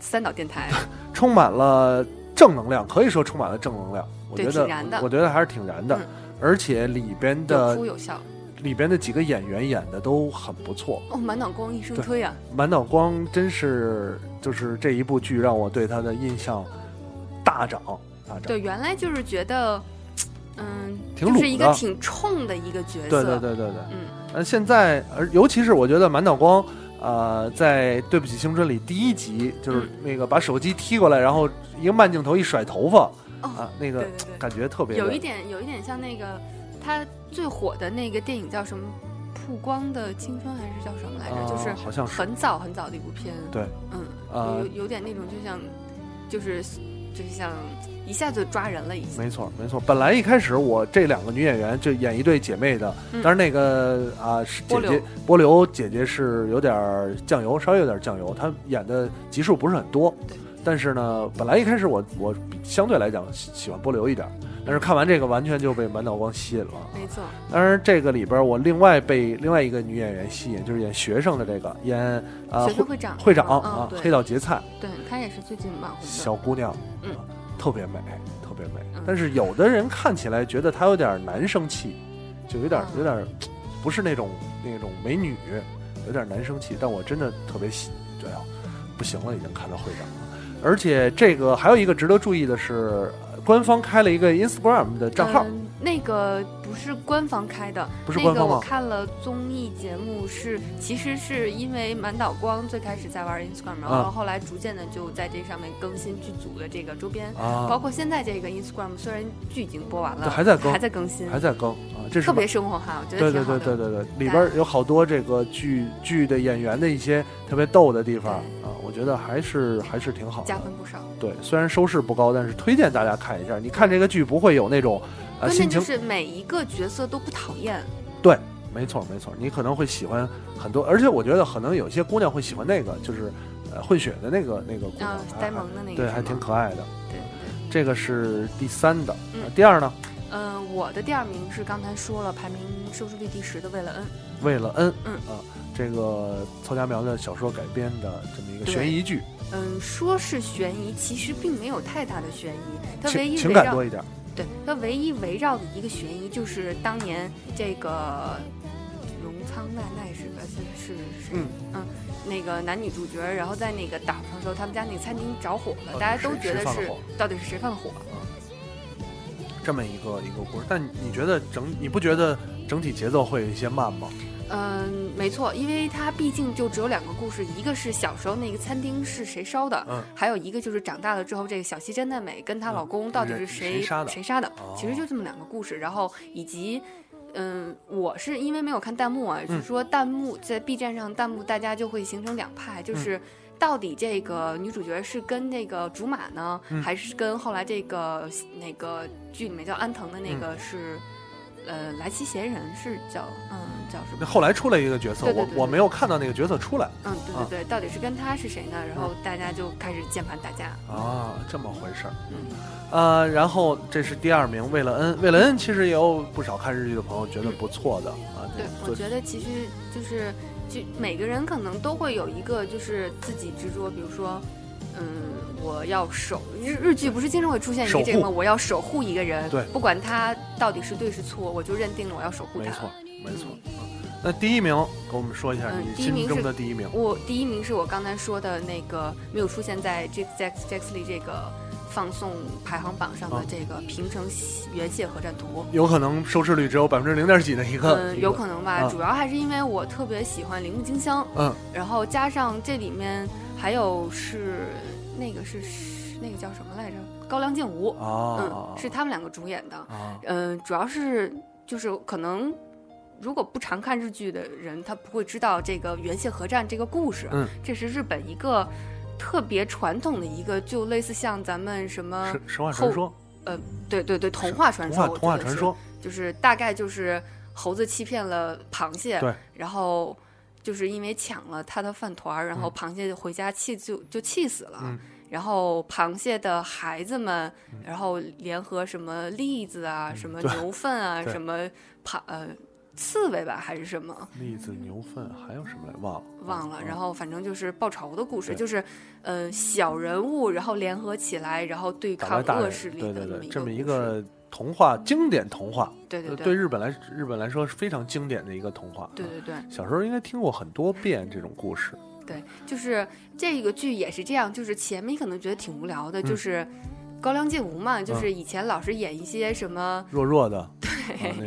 [SPEAKER 2] 三岛电台，
[SPEAKER 1] 充满了正能量，可以说充满了正能量。我
[SPEAKER 2] 对
[SPEAKER 1] 觉
[SPEAKER 2] 挺
[SPEAKER 1] 得
[SPEAKER 2] 燃的
[SPEAKER 1] 我觉得还是挺燃的，
[SPEAKER 2] 嗯
[SPEAKER 1] 而且里边
[SPEAKER 2] 有
[SPEAKER 1] 的
[SPEAKER 2] 哭有笑。
[SPEAKER 1] 里边的几个演员演的都很不错。
[SPEAKER 2] 哦，满脑光一生
[SPEAKER 1] 对
[SPEAKER 2] 推啊！
[SPEAKER 1] 满脑光真是就是这一部剧让我对他的印象大涨大涨。
[SPEAKER 2] 对，原来就是觉得，嗯，
[SPEAKER 1] 挺
[SPEAKER 2] 就是一
[SPEAKER 1] 鲁
[SPEAKER 2] 个
[SPEAKER 1] 的
[SPEAKER 2] 挺冲的一个角色。
[SPEAKER 1] 对对对对对，
[SPEAKER 2] 嗯，
[SPEAKER 1] 呃，现在而尤其是我觉得满脑光，呃，在《对不起青春》里第一集就是
[SPEAKER 2] 嗯
[SPEAKER 1] 那个把手机踢过来，然后一个慢镜头一甩头发
[SPEAKER 2] 哦，
[SPEAKER 1] 啊，那
[SPEAKER 2] 对
[SPEAKER 1] 个
[SPEAKER 2] 对对。
[SPEAKER 1] 感觉特别的
[SPEAKER 2] 有一点，有一点像那个他最火的那个电影叫什么《曝光的青春》还是叫什么来着？
[SPEAKER 1] 啊
[SPEAKER 2] 就是
[SPEAKER 1] 好像是
[SPEAKER 2] 很早很早的一部片。
[SPEAKER 1] 对，
[SPEAKER 2] 嗯，
[SPEAKER 1] 呃
[SPEAKER 2] 有，有点那种就像，就是就是像一下就抓人了已经。
[SPEAKER 1] 没错，没错。本来一开始我这两个女演员就演一对姐妹的，
[SPEAKER 2] 嗯
[SPEAKER 1] 但是那个啊是姐
[SPEAKER 2] 波流
[SPEAKER 1] 姐波流姐姐是有点儿酱油，稍微有点儿酱油，她演的集数不是很多
[SPEAKER 2] 对。
[SPEAKER 1] 但是呢，本来一开始我我比相对来讲喜喜欢波流一点儿，
[SPEAKER 2] 嗯
[SPEAKER 1] 但是看完这个完全就被满脑光吸引了。
[SPEAKER 2] 没错，
[SPEAKER 1] 当然，这个里边儿我另外被另外一个女演员吸引，就是演学生的这个演啊
[SPEAKER 2] 学
[SPEAKER 1] 会
[SPEAKER 2] 生会长
[SPEAKER 1] 会长
[SPEAKER 2] 嗯
[SPEAKER 1] 啊
[SPEAKER 2] 对
[SPEAKER 1] 黑岛结菜，
[SPEAKER 2] 对他也是最近蛮红的。
[SPEAKER 1] 小姑娘，
[SPEAKER 2] 嗯
[SPEAKER 1] 啊，特别美，特别美
[SPEAKER 2] 嗯。
[SPEAKER 1] 但是有的人看起来觉得她有点男生气，就有点
[SPEAKER 2] 嗯
[SPEAKER 1] 有点不是那种那种美女，有点男生气。但我真的特别喜，哎呀，不行了，已经看到会长了。而且这个还有一个值得注意的是，呃官方开了一个 Instagram 的账号，
[SPEAKER 2] 嗯那个不是官方开的，
[SPEAKER 1] 不是官
[SPEAKER 2] 那
[SPEAKER 1] 方
[SPEAKER 2] 个
[SPEAKER 1] 吗
[SPEAKER 2] 我看了综艺节目是，其实是因为满岛光最开始在玩 Instagram，然
[SPEAKER 1] 嗯
[SPEAKER 2] 后后来逐渐的就在这上面更新剧组的这个周边，
[SPEAKER 1] 啊
[SPEAKER 2] 包括现在这个 Instagram 虽然剧已经播完了，
[SPEAKER 1] 对还在更
[SPEAKER 2] 还在更新，
[SPEAKER 1] 还在更啊，这是
[SPEAKER 2] 特别生活化，我觉
[SPEAKER 1] 对
[SPEAKER 2] 得挺
[SPEAKER 1] 对
[SPEAKER 2] 好
[SPEAKER 1] 对
[SPEAKER 2] 的。嗯
[SPEAKER 1] 对对对，里边儿有好多这个剧剧的演员的一些特别逗的地方啊，我觉得还是还是挺好的，
[SPEAKER 2] 加分不少，
[SPEAKER 1] 对，虽然收视不高，但是推荐大家看一下。你看这个剧不会有那种，呃，
[SPEAKER 2] 关
[SPEAKER 1] 心
[SPEAKER 2] 键
[SPEAKER 1] 情
[SPEAKER 2] 就。是每一个角色都不讨厌，
[SPEAKER 1] 没错没错，你可能会喜欢很多，而且我觉得可能有些姑娘会喜欢那个，就是呃混血的那个那个姑娘
[SPEAKER 2] 啊，，
[SPEAKER 1] 还
[SPEAKER 2] 呆萌的那个，
[SPEAKER 1] 对，还挺。可嗯爱的。
[SPEAKER 2] 对对。
[SPEAKER 1] 这个是第三的，
[SPEAKER 2] 嗯
[SPEAKER 1] 呃第二呢，
[SPEAKER 2] 嗯、我的第二名是刚才说了，排名收视率第十的《为了恩》。
[SPEAKER 1] 为了恩，
[SPEAKER 2] 嗯
[SPEAKER 1] 啊，这个曹家苗的小说改编的这么一个
[SPEAKER 2] 对
[SPEAKER 1] 悬疑剧，
[SPEAKER 2] 嗯，说是悬疑，其实并没有太大的悬疑。它唯
[SPEAKER 1] 情
[SPEAKER 2] 一
[SPEAKER 1] 情
[SPEAKER 2] 围
[SPEAKER 1] 感
[SPEAKER 2] 绕
[SPEAKER 1] 多一点。
[SPEAKER 2] 对它唯一围绕的一个悬疑就是当年这个荣仓奈奈是吧？是是是，
[SPEAKER 1] 嗯
[SPEAKER 2] 嗯，那个男女主角，然后在那个岛上的时候，他们家那个餐厅着火了，
[SPEAKER 1] 到底
[SPEAKER 2] 大家
[SPEAKER 1] 哦是
[SPEAKER 2] 都
[SPEAKER 1] 谁
[SPEAKER 2] 觉
[SPEAKER 1] 谁
[SPEAKER 2] 得
[SPEAKER 1] 放的
[SPEAKER 2] 是
[SPEAKER 1] 火
[SPEAKER 2] 到底是谁放的火？
[SPEAKER 1] 这么一个一个故事，但你觉得整你不觉得整体节奏会有一些慢吗？
[SPEAKER 2] 嗯，没错，因为它毕竟就只有两个故事，一个是小时候那个餐厅是谁烧的，
[SPEAKER 1] 嗯
[SPEAKER 2] 还有一个就是长大了之后这个小西真奈美跟她老公到底是
[SPEAKER 1] 人
[SPEAKER 2] 谁
[SPEAKER 1] 谁杀的
[SPEAKER 2] 谁杀的
[SPEAKER 1] 哦，
[SPEAKER 2] 其实就这么两个故事，然后以及。嗯，我是
[SPEAKER 1] 嗯嗯
[SPEAKER 2] 因为没有看弹幕啊，就是说弹幕在 B 站上弹幕，大家就会形成两派，就是到底这个女主角是跟那个竹马呢，
[SPEAKER 1] 嗯
[SPEAKER 2] 还是跟后来这个那个剧里面叫安藤的
[SPEAKER 1] 嗯
[SPEAKER 2] 那个是，呃，来其贤人是叫嗯叫什
[SPEAKER 1] 那
[SPEAKER 2] 么？
[SPEAKER 1] 后来出来一个角色，
[SPEAKER 2] 对对对
[SPEAKER 1] 我我没有看到那个角色出来
[SPEAKER 2] 嗯，对对对，到底是跟他是谁呢？然
[SPEAKER 1] 嗯
[SPEAKER 2] 后大家就开始键盘打架。
[SPEAKER 1] 啊，这么回事儿。
[SPEAKER 2] 嗯，
[SPEAKER 1] 呃，然后这是第二名，为了恩，为了恩，其实也有不少看日剧的朋友觉得不错的啊。
[SPEAKER 2] 对，我
[SPEAKER 1] 做
[SPEAKER 2] 觉得其实就是就每个人可能都会有一个就是自己执着，比如说。嗯，我要守日日剧不是经常会出现一
[SPEAKER 1] 守
[SPEAKER 2] 个
[SPEAKER 1] 护
[SPEAKER 2] 这个吗？我要守护一个人，
[SPEAKER 1] 对
[SPEAKER 2] 不管他到底是对是错，我就认定了我要守护他。
[SPEAKER 1] 没错，没错。啊那第一名，给我们说一下
[SPEAKER 2] 嗯
[SPEAKER 1] 你
[SPEAKER 2] 第一名
[SPEAKER 1] 心
[SPEAKER 2] 是
[SPEAKER 1] 中的第一名。
[SPEAKER 2] 我第一名是我刚才说的那个没有出现在 Jack Jack Jacksley 这个放送排行榜上的
[SPEAKER 1] 啊
[SPEAKER 2] 这个平成原蟹合战图。
[SPEAKER 1] 有可能收视率只有百分之零点几的一个，
[SPEAKER 2] 嗯，有可能吧，
[SPEAKER 1] 啊
[SPEAKER 2] 主要还是因为我特别喜欢铃木京香，
[SPEAKER 1] 嗯，
[SPEAKER 2] 然后加上这里面还有是那个是那个叫什么来着，高良健吾，
[SPEAKER 1] 啊
[SPEAKER 2] 嗯，，是他们两个主演的，
[SPEAKER 1] 啊，
[SPEAKER 2] 嗯，主要是就是可能。如果不常看日剧的人，他不会知道这个原蟹合战这个故事。
[SPEAKER 1] 嗯，
[SPEAKER 2] 这是日本一个特别传统的一个，就类似像咱们什么
[SPEAKER 1] 神神话传说，
[SPEAKER 2] 对对对童话传
[SPEAKER 1] 童
[SPEAKER 2] 说，
[SPEAKER 1] 话
[SPEAKER 2] 我觉
[SPEAKER 1] 童话
[SPEAKER 2] 得嗯
[SPEAKER 1] 传
[SPEAKER 2] 是
[SPEAKER 1] 说，
[SPEAKER 2] 就是大概就是猴子欺骗了螃蟹，
[SPEAKER 1] 对，
[SPEAKER 2] 然后就是因为抢了他的饭团儿，然后螃蟹回家气就就气死了。
[SPEAKER 1] 嗯
[SPEAKER 2] 然后螃蟹的孩子们，然后联合什么栗子啊、什么
[SPEAKER 1] 嗯对
[SPEAKER 2] 牛粪啊、
[SPEAKER 1] 对
[SPEAKER 2] 什么螃呃刺猬吧还是什么，
[SPEAKER 1] 栗子牛粪还有什么来忘了？
[SPEAKER 2] 忘了，然
[SPEAKER 1] 后
[SPEAKER 2] 后反正就是报仇的故事，
[SPEAKER 1] 嗯对
[SPEAKER 2] 就是，呃，小人物然后联合起来，然后对
[SPEAKER 1] 打败
[SPEAKER 2] 抗
[SPEAKER 1] 大
[SPEAKER 2] 恶
[SPEAKER 1] 人
[SPEAKER 2] 势，力
[SPEAKER 1] 对
[SPEAKER 2] 的
[SPEAKER 1] 对对，这
[SPEAKER 2] 么
[SPEAKER 1] 么一
[SPEAKER 2] 故事，
[SPEAKER 1] 个童话经典童话，
[SPEAKER 2] 对对
[SPEAKER 1] 呃
[SPEAKER 2] 对
[SPEAKER 1] 对日本来日本来说是非常经典的一个童话。
[SPEAKER 2] 对对对
[SPEAKER 1] 小时候应该听过很多遍这种故事，
[SPEAKER 2] 对，就是这个剧也是这样，就是前面可能觉得挺无聊的，就是高粱健吾嘛，就是以前老是演一些什么，
[SPEAKER 1] 弱弱的，啊 那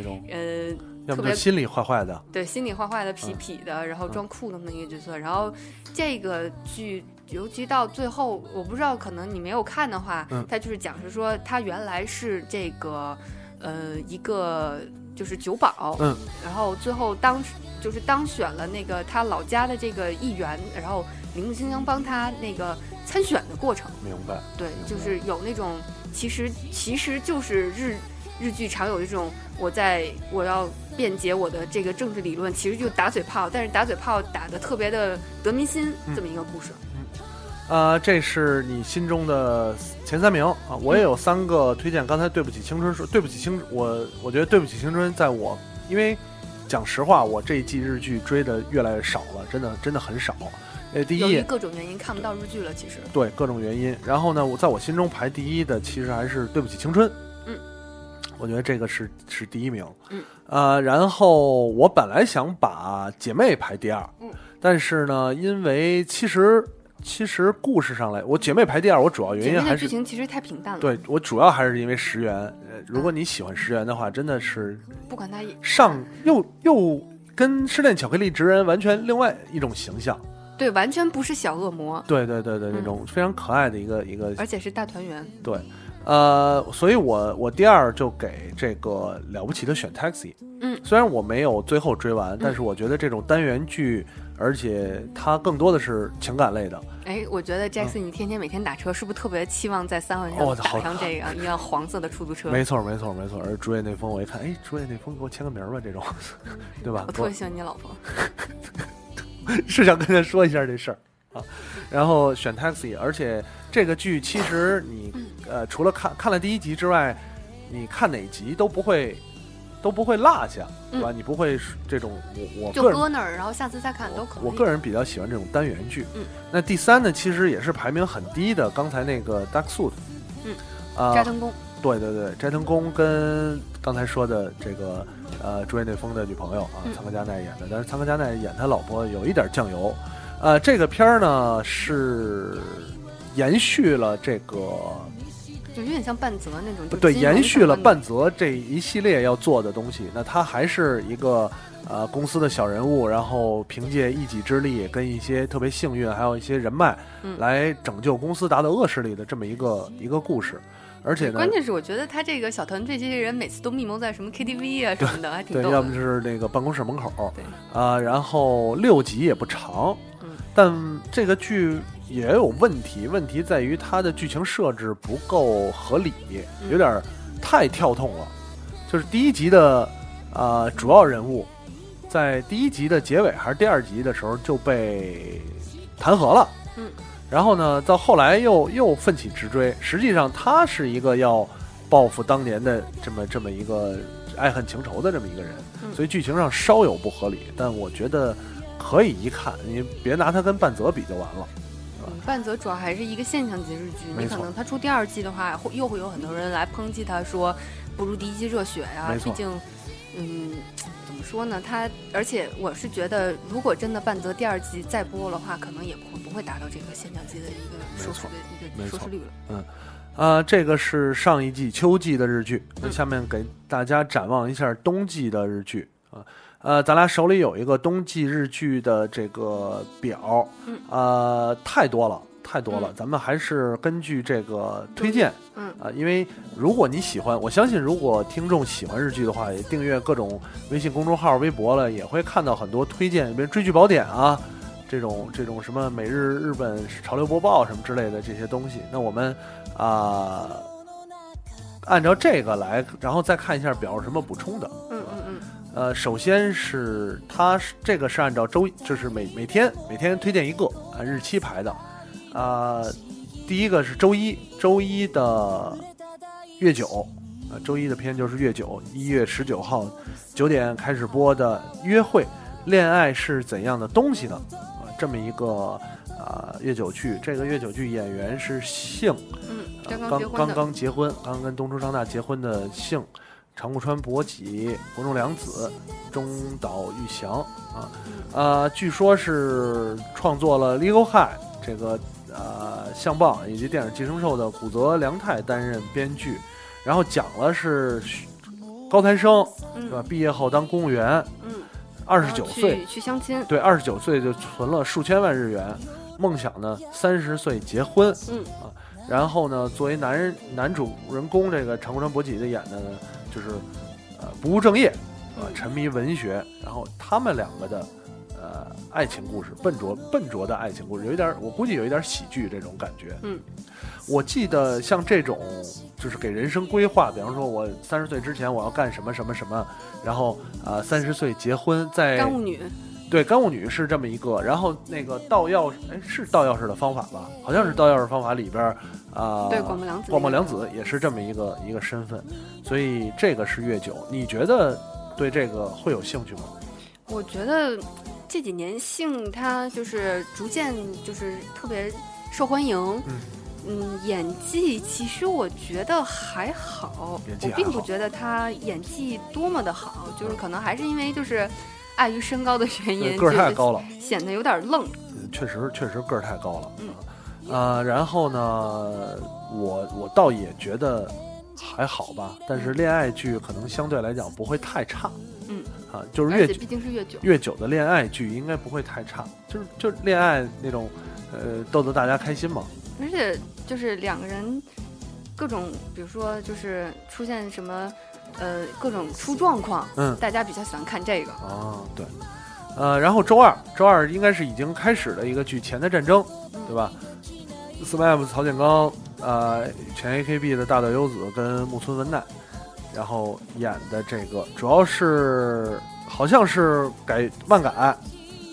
[SPEAKER 1] 种，
[SPEAKER 2] 呃，特
[SPEAKER 1] 要么就
[SPEAKER 2] 别
[SPEAKER 1] 心里坏坏的，
[SPEAKER 2] 对，心里坏坏的、
[SPEAKER 1] 嗯
[SPEAKER 2] 痞痞的，然后装酷的那么一个角色。然后这个剧，尤其到最后，我不知道，可能你没有看的话，
[SPEAKER 1] 嗯
[SPEAKER 2] 它就是讲是说，他原来是这个，呃，一个就是酒保，
[SPEAKER 1] 嗯，
[SPEAKER 2] 然后最后当就是当选了那个他老家的这个议员，然后铃木清香帮他那个参选的过程。
[SPEAKER 1] 明白？
[SPEAKER 2] 对，
[SPEAKER 1] 明白
[SPEAKER 2] 就是有那种，其实其实就是日日剧常有这种，我在我要辩解我的这个政治理论，其实就打嘴炮，但是打嘴炮打的特别的得民心，
[SPEAKER 1] 嗯
[SPEAKER 2] 这么一个故事。
[SPEAKER 1] 啊，这是你心中的前三名啊！我也有三个推荐。刚才对不起青春说，对不起青，我我觉得对不起青春，在我因为讲实话，我这一季日剧追的越来越少了，真的真的很少。呃，第
[SPEAKER 2] 由于
[SPEAKER 1] 一
[SPEAKER 2] 各种原因看不到日剧了，其实
[SPEAKER 1] 对各种原因，然后呢，我在我心中排第一的其实还是对不起青春。
[SPEAKER 2] 嗯，
[SPEAKER 1] 我觉得这个是是第一名。
[SPEAKER 2] 嗯，
[SPEAKER 1] 呃，然后我本来想把姐妹排第二，
[SPEAKER 2] 嗯，
[SPEAKER 1] 但是呢，因为其实。其实故事上来，我姐妹排第二，我主要原
[SPEAKER 2] 前
[SPEAKER 1] 因
[SPEAKER 2] 面
[SPEAKER 1] 还
[SPEAKER 2] 的
[SPEAKER 1] 是
[SPEAKER 2] 剧情其实太平淡了，，
[SPEAKER 1] 对我主要还是因为石原。呃，如果你喜欢石原的话，真的是
[SPEAKER 2] 不管他也
[SPEAKER 1] 上又又跟失恋巧克力直人完全另外一种形象。
[SPEAKER 2] 对，完全不是小恶魔，
[SPEAKER 1] 对对对对，那
[SPEAKER 2] 嗯
[SPEAKER 1] 种非常可爱的一个一个
[SPEAKER 2] 而且是大团圆。
[SPEAKER 1] 对，呃，所以我我第二就给这个了不起的选 Taxi。
[SPEAKER 2] 嗯
[SPEAKER 1] 虽然我没有最后追完，但是我觉得这种单元剧，而且它更多的是情感类的，
[SPEAKER 2] 哎，我觉得 Jackson，你天天每天打车，是不是特别期望在三环
[SPEAKER 1] 嗯哦
[SPEAKER 2] 上
[SPEAKER 1] 好
[SPEAKER 2] 打上这个一辆黄色的出租车？
[SPEAKER 1] 没错没错没错。而竹野内丰，我一看，哎，竹野内丰给我签个名儿吧，这种， 对吧？
[SPEAKER 2] 我
[SPEAKER 1] 给
[SPEAKER 2] 特
[SPEAKER 1] 我
[SPEAKER 2] 别喜欢你老婆。
[SPEAKER 1] 是想跟他说一下这事儿啊。然后选 taxi，而且这个剧其实你
[SPEAKER 2] 嗯
[SPEAKER 1] 呃除了看看了第一集之外，你看哪集都不会都不会落下，对吧？你不会这种我我
[SPEAKER 2] 嗯就
[SPEAKER 1] 个人
[SPEAKER 2] 搁那儿，然后下次再看都可以。
[SPEAKER 1] 我个人比较喜欢这种单元剧。
[SPEAKER 2] 嗯，
[SPEAKER 1] 那第三呢，其实也是排名很低的，刚才那个 Dark Suit。
[SPEAKER 2] 嗯，
[SPEAKER 1] 啊、
[SPEAKER 2] 斋藤工，
[SPEAKER 1] 对对对，斋藤工跟刚才说的这个呃竹野内丰的女朋友啊，
[SPEAKER 2] 嗯
[SPEAKER 1] 仓科佳奈演的，但是仓科佳奈演他老婆有一点酱油。呃，这个片儿呢是延续了这个
[SPEAKER 2] 就有点像半泽那种，就
[SPEAKER 1] 对，
[SPEAKER 2] 金融
[SPEAKER 1] 延续了
[SPEAKER 2] 相关
[SPEAKER 1] 半
[SPEAKER 2] 的
[SPEAKER 1] 泽这一系列要做的东西。那他还是一个呃公司的小人物，然后凭借一己之力，跟一些特别幸运，还有一些人脉，
[SPEAKER 2] 嗯
[SPEAKER 1] 来拯救公司打倒恶势力的这么一个一个故事。而且呢，
[SPEAKER 2] 关键是我觉得他这个小团队这些人每次都密谋在什么 KTV 啊什么的，还挺
[SPEAKER 1] 对，
[SPEAKER 2] 逗
[SPEAKER 1] 要么就
[SPEAKER 2] 的。
[SPEAKER 1] 是那个办公室门口，
[SPEAKER 2] 对
[SPEAKER 1] 啊、然后六集也不长，
[SPEAKER 2] 嗯
[SPEAKER 1] 但这个剧也有问题，问题在于它的剧情设置不够合理，
[SPEAKER 2] 嗯
[SPEAKER 1] 有点儿太跳痛了。就是第一集的呃主要人物，在第一集的结尾还是第二集的时候就被弹劾了，
[SPEAKER 2] 嗯，
[SPEAKER 1] 然后呢，到后来又又奋起直追，实际上他是一个要报复当年的这么这么一个爱恨情仇的这么一个人，
[SPEAKER 2] 嗯
[SPEAKER 1] 所以剧情上稍有不合理，但我觉得可以一看，你别拿它跟半泽比就完了。
[SPEAKER 2] 嗯半泽主要还是一个现象级日剧，
[SPEAKER 1] 没
[SPEAKER 2] 你可
[SPEAKER 1] 错
[SPEAKER 2] 能他出第二季的话，会又会有很多人来抨击他说不如第一季热血呀、
[SPEAKER 1] 没
[SPEAKER 2] 毕
[SPEAKER 1] 错
[SPEAKER 2] 竟，嗯，怎么说呢？他而且我是觉得，如果真的半泽第二季再播的话，可能也不不会达到这个现象级的一个收视的一
[SPEAKER 1] 没
[SPEAKER 2] 个
[SPEAKER 1] 错
[SPEAKER 2] 收视率了。
[SPEAKER 1] 啊、这个是上一季秋季的日剧，
[SPEAKER 2] 嗯
[SPEAKER 1] 那下面给大家展望一下冬季的日剧啊。呃，咱俩手里有一个冬季日剧的这个表，
[SPEAKER 2] 嗯
[SPEAKER 1] 呃，太多了，太多了，
[SPEAKER 2] 嗯
[SPEAKER 1] 咱们还是根据这个推荐，
[SPEAKER 2] 嗯
[SPEAKER 1] 啊、因为如果你喜欢，我相信如果听众喜欢日剧的话，也订阅各种微信公众号、微博了，也会看到很多推荐，比如《追剧宝典》啊，这种这种什么每日日本潮流播报什么之类的这些东西。那我们啊、按照这个来，然后再看一下表有什么补充的。
[SPEAKER 2] 嗯嗯嗯，
[SPEAKER 1] 呃，首先是它是这个是按照周一，就是每每天每天推荐一个，按日期排的。啊、第一个是周一，周一的月九，呃，周一的片就是月九，一月十九号九点开始播的《约会：恋爱是怎样的东西呢》啊、这么一个啊、月九剧，这个月九剧演员是杏，
[SPEAKER 2] 嗯，
[SPEAKER 1] 呃
[SPEAKER 2] 刚刚结
[SPEAKER 1] 刚
[SPEAKER 2] 婚
[SPEAKER 1] 刚
[SPEAKER 2] 的，
[SPEAKER 1] 刚结婚，刚跟东出昌大结婚的杏，长谷川博己、国中良子、中岛裕翔啊，呃，据说是创作了《Legal High》这个呃相棒以及电影《寄生兽》的古泽良太担任编剧，然后讲了是高材生对吧
[SPEAKER 2] 嗯？
[SPEAKER 1] 毕业后当公务员，
[SPEAKER 2] 嗯，
[SPEAKER 1] 二
[SPEAKER 2] 然
[SPEAKER 1] 十
[SPEAKER 2] 后
[SPEAKER 1] 九
[SPEAKER 2] 去
[SPEAKER 1] 岁
[SPEAKER 2] 去相亲，
[SPEAKER 1] 对，二十九岁就存了数千万日元，梦想呢三十岁结婚，
[SPEAKER 2] 嗯
[SPEAKER 1] 啊，然后呢，作为男人男主人公这个长谷川博己的演的呢，就是呃不务正业，啊、
[SPEAKER 2] 嗯
[SPEAKER 1] 沉迷文学，然后他们两个的呃爱情故事，笨拙笨拙的爱情故事，有一点儿我估计有一点儿喜剧这种感觉，
[SPEAKER 2] 嗯，
[SPEAKER 1] 我记得像这种就是给人生规划，比方说我三十岁之前我要干什么什么什么，然后啊三十岁结婚，在
[SPEAKER 2] 干物女，
[SPEAKER 1] 对，干物女是这么一个，然后那个盗钥匙，哎，是盗钥匙的方法吧？好像是盗钥匙方法里边儿，啊、
[SPEAKER 2] 对广木凉子，
[SPEAKER 1] 广末凉，子也是这么一个一个身份，所以这个是月九。你觉得对这个会有兴趣吗？
[SPEAKER 2] 我觉得这几年性她就是逐渐就是特别受欢迎。
[SPEAKER 1] 嗯
[SPEAKER 2] 嗯演技其实我觉得还好，
[SPEAKER 1] 演技
[SPEAKER 2] 我
[SPEAKER 1] 还
[SPEAKER 2] 并不
[SPEAKER 1] 好嗯
[SPEAKER 2] 觉得她演技多么的好，就是可能还是因为就是碍于身高的原
[SPEAKER 1] 对，
[SPEAKER 2] 因，
[SPEAKER 1] 个儿
[SPEAKER 2] 就
[SPEAKER 1] 太
[SPEAKER 2] 是
[SPEAKER 1] 高了，嗯
[SPEAKER 2] 显得有点愣。
[SPEAKER 1] 确实确实个儿太高了。
[SPEAKER 2] 嗯
[SPEAKER 1] 啊、然后呢，我我倒也觉得还好吧，但是恋爱剧可能相对来讲不会太差。
[SPEAKER 2] 嗯，
[SPEAKER 1] 啊，就是
[SPEAKER 2] 而
[SPEAKER 1] 月
[SPEAKER 2] 且
[SPEAKER 1] 九。
[SPEAKER 2] 毕竟是越久，
[SPEAKER 1] 越久的恋爱剧应该不会太差，就是就是恋爱那种，呃，逗逗大家开心嘛。
[SPEAKER 2] 而且就是两个人各种，比如说就是出现什么呃各种出状况，
[SPEAKER 1] 嗯
[SPEAKER 2] 大家比较喜欢看这个。
[SPEAKER 1] 啊，对，呃，然后周二，周二应该是已经开始的一个剧《钱的战争》，对吧？SMAP 曹建刚，呃，前 AKB 的大岛优子跟木村文乃，然后演的这个主要是好像是改漫改，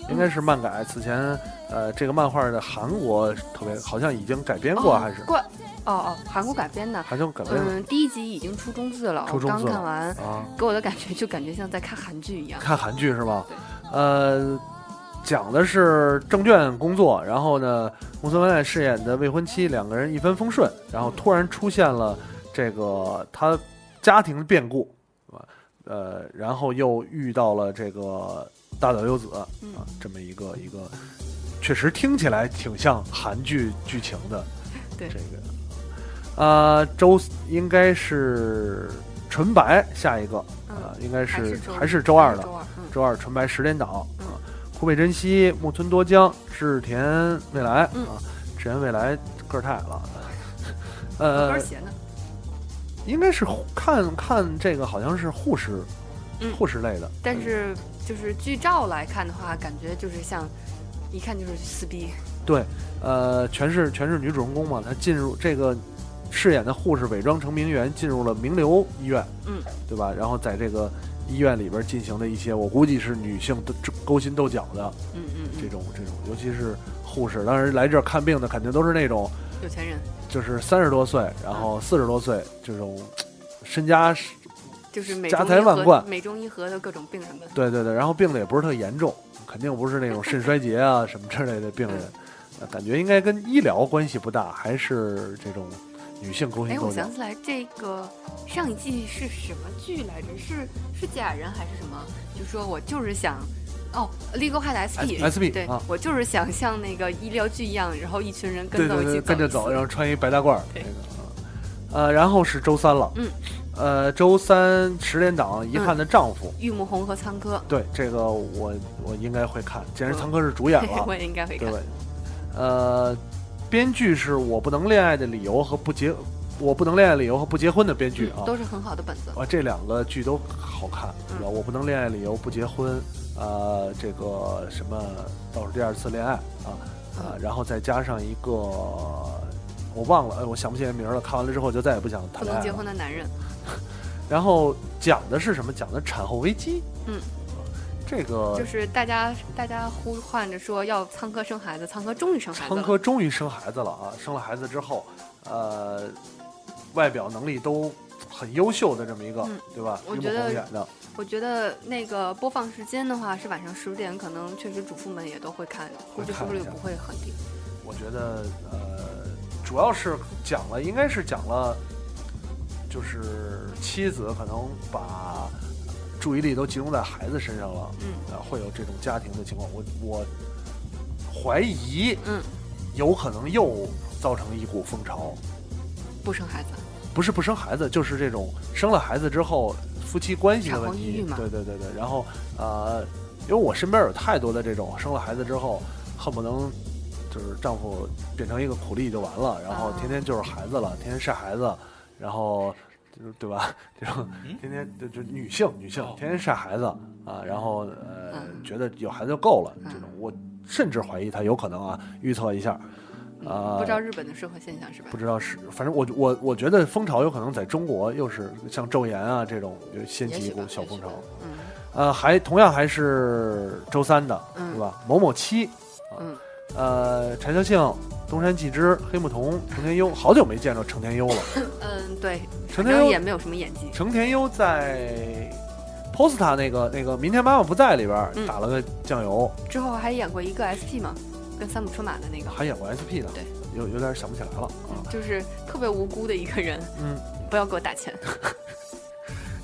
[SPEAKER 1] 应该是漫改。此前，呃，这个漫画的韩国特别好像已经改编过，
[SPEAKER 2] 哦
[SPEAKER 1] 还是
[SPEAKER 2] 怪哦哦，韩国改编的。
[SPEAKER 1] 还是改编了
[SPEAKER 2] 嗯，第一集已经出中字了，
[SPEAKER 1] 出中字
[SPEAKER 2] 我刚
[SPEAKER 1] 了
[SPEAKER 2] 看完，
[SPEAKER 1] 啊。
[SPEAKER 2] 给我的感觉就感觉像在看韩剧一样。
[SPEAKER 1] 看韩剧是吗
[SPEAKER 2] 对？
[SPEAKER 1] 呃，讲的是证券工作，然后呢，木村文乃饰演的未婚妻两个人一帆风顺，然后突然出现了这个她家庭的变故，啊呃，然后又遇到了这个大岛优子
[SPEAKER 2] 嗯
[SPEAKER 1] 啊，这么一个一个，确实听起来挺像韩剧剧情的，
[SPEAKER 2] 对
[SPEAKER 1] 这个。啊，周四应该是纯白下一个
[SPEAKER 2] 嗯
[SPEAKER 1] 啊、应该
[SPEAKER 2] 还
[SPEAKER 1] 是
[SPEAKER 2] 周
[SPEAKER 1] 还是周二的
[SPEAKER 2] 周，二，嗯
[SPEAKER 1] 周二纯白十连档
[SPEAKER 2] 嗯
[SPEAKER 1] 啊，湖北珍惜、木村多江、志田未来
[SPEAKER 2] 嗯
[SPEAKER 1] 啊，志田未来个儿太矮 了，
[SPEAKER 2] 高
[SPEAKER 1] 呃
[SPEAKER 2] 跟，鞋呢？
[SPEAKER 1] 应该是护看看这个好像是护士
[SPEAKER 2] 嗯，
[SPEAKER 1] 护士类的，
[SPEAKER 2] 但是就是剧照来看的话，感觉就是像一看就是撕逼，
[SPEAKER 1] 呃，全是全是女主人公嘛，她进入这个饰演的护士伪装成名媛，进入了名流医院，
[SPEAKER 2] 嗯，
[SPEAKER 1] 对吧？然后在这个医院里边进行的一些，我估计是女性斗勾心斗角的
[SPEAKER 2] 嗯嗯
[SPEAKER 1] 这
[SPEAKER 2] 嗯，
[SPEAKER 1] 种这种，尤其是护士，当然来这儿看病的肯定都是那种
[SPEAKER 2] 有钱人
[SPEAKER 1] 就是三十多岁，然
[SPEAKER 2] 嗯
[SPEAKER 1] 后四十多岁这种身家是，
[SPEAKER 2] 就是美
[SPEAKER 1] 家
[SPEAKER 2] 中
[SPEAKER 1] 财
[SPEAKER 2] 医
[SPEAKER 1] 万
[SPEAKER 2] 和
[SPEAKER 1] 贯
[SPEAKER 2] 美中医和的各种病人们，
[SPEAKER 1] 对对对，然后病的也不是特严重，肯定不是那种肾衰竭啊什么之类的病人，
[SPEAKER 2] 嗯
[SPEAKER 1] 呃感觉应该跟医疗关系不大，还是这种女性勾
[SPEAKER 2] 哎，
[SPEAKER 1] 心斗
[SPEAKER 2] 我
[SPEAKER 1] 角
[SPEAKER 2] 想。起来，这个上一季是什么剧来着？是是假人还是什么？就说我就是想，哦，Legal High SP
[SPEAKER 1] SP
[SPEAKER 2] 对
[SPEAKER 1] 啊，
[SPEAKER 2] 我就是想像那个医疗剧一样，然后一群人
[SPEAKER 1] 对
[SPEAKER 2] 跟到
[SPEAKER 1] 对
[SPEAKER 2] 一起
[SPEAKER 1] 对，跟着走，
[SPEAKER 2] 一起
[SPEAKER 1] 然后穿一白大褂儿那
[SPEAKER 2] 对
[SPEAKER 1] 个。啊呃，然后是周三了，
[SPEAKER 2] 嗯，
[SPEAKER 1] 呃，周三十点档《遗憾的丈夫》
[SPEAKER 2] 玉木宏和仓科，
[SPEAKER 1] 对这个我我应该会看，
[SPEAKER 2] 嗯
[SPEAKER 1] 既然仓科是主 演了
[SPEAKER 2] 我，也应该会
[SPEAKER 1] 对
[SPEAKER 2] 看
[SPEAKER 1] 吧。？呃，编剧是我不能恋爱的理由和不结，我不能恋爱的理由和不结婚的编剧啊
[SPEAKER 2] 嗯，都是很好的本子。
[SPEAKER 1] 啊，这两个剧都好看，
[SPEAKER 2] 嗯
[SPEAKER 1] 对吧？我不能恋爱理由不结婚，呃，这个什么倒数第二次恋爱啊
[SPEAKER 2] 嗯
[SPEAKER 1] 啊，然后再加上一个我忘了，哎，我想不起来名儿了。看完了之后就再也不想谈
[SPEAKER 2] 不
[SPEAKER 1] 恋
[SPEAKER 2] 能
[SPEAKER 1] 爱
[SPEAKER 2] 结
[SPEAKER 1] 了
[SPEAKER 2] 婚。的男人，
[SPEAKER 1] 然后讲的是什么？讲的产后危机。啊
[SPEAKER 2] 嗯，
[SPEAKER 1] 这个
[SPEAKER 2] 就是大家大家呼唤着说要仓科生孩子，仓科终于生孩子
[SPEAKER 1] 仓
[SPEAKER 2] 了。
[SPEAKER 1] 科终于生孩子了啊！生了孩子之后，呃，外表能力都很优秀的这么一个，
[SPEAKER 2] 嗯
[SPEAKER 1] 对吧？
[SPEAKER 2] 我
[SPEAKER 1] 玉木
[SPEAKER 2] 觉得
[SPEAKER 1] 宏演的，
[SPEAKER 2] 我觉得那个播放时间的话是晚上十点，可能确实主妇们也都会看，估计收视率不会很低。
[SPEAKER 1] 我觉得呃，主要是讲了，应该是讲了，就是妻子可能把注意力都集中在孩子身上了，
[SPEAKER 2] 嗯
[SPEAKER 1] 啊，会有这种家庭的情况。我我怀疑，
[SPEAKER 2] 嗯，
[SPEAKER 1] 有可能又造成一股风潮，
[SPEAKER 2] 不生孩子，
[SPEAKER 1] 不是不生孩子，就是这种生了孩子之后夫妻关系的问
[SPEAKER 2] 产后抑郁
[SPEAKER 1] 题
[SPEAKER 2] 嘛。
[SPEAKER 1] 对对对对，然后呃，因为我身边有太多的这种生了孩子之后，恨不能就是丈夫变成一个苦力就完了，然后
[SPEAKER 2] 啊
[SPEAKER 1] 天天就是孩子了，天天晒孩子，然后就是对吧？ 这种天天就就女性女性天天晒孩子啊，然后呃
[SPEAKER 2] 嗯
[SPEAKER 1] 觉得有孩子就够了这种
[SPEAKER 2] 嗯，
[SPEAKER 1] 我甚至怀疑他有可能啊，预测一下。啊、
[SPEAKER 2] 嗯不知道日本的社会现象是吧
[SPEAKER 1] 不？知道是，反正我我我觉得风潮有可能在中国又是像《昼颜》啊这种就掀
[SPEAKER 5] 也
[SPEAKER 1] 起一
[SPEAKER 5] 许吧
[SPEAKER 1] 股小风潮。。
[SPEAKER 2] 嗯
[SPEAKER 1] 呃，还同样还是周三的，
[SPEAKER 2] 嗯
[SPEAKER 1] 是吧？某某七，
[SPEAKER 2] 嗯，
[SPEAKER 1] 呃，柴孝庆、东山纪之、黑木瞳、程天优，好久没见着程天 优了。
[SPEAKER 2] 嗯，对，反
[SPEAKER 1] 程天
[SPEAKER 2] 正也
[SPEAKER 1] 优，
[SPEAKER 2] 没有什么演技。
[SPEAKER 1] 程天优在 Posta 那个那个《明天妈妈不在》里边儿
[SPEAKER 2] 嗯
[SPEAKER 1] 打了个酱油，
[SPEAKER 2] 之后还演过一个 SP 嘛，跟三浦春马的那个，
[SPEAKER 1] 还演过 SP 呢，
[SPEAKER 2] 对嗯
[SPEAKER 1] 有有点想不起来了啊。
[SPEAKER 2] 就是特别无辜的一个人。
[SPEAKER 1] 嗯，
[SPEAKER 2] 不要给我打钱。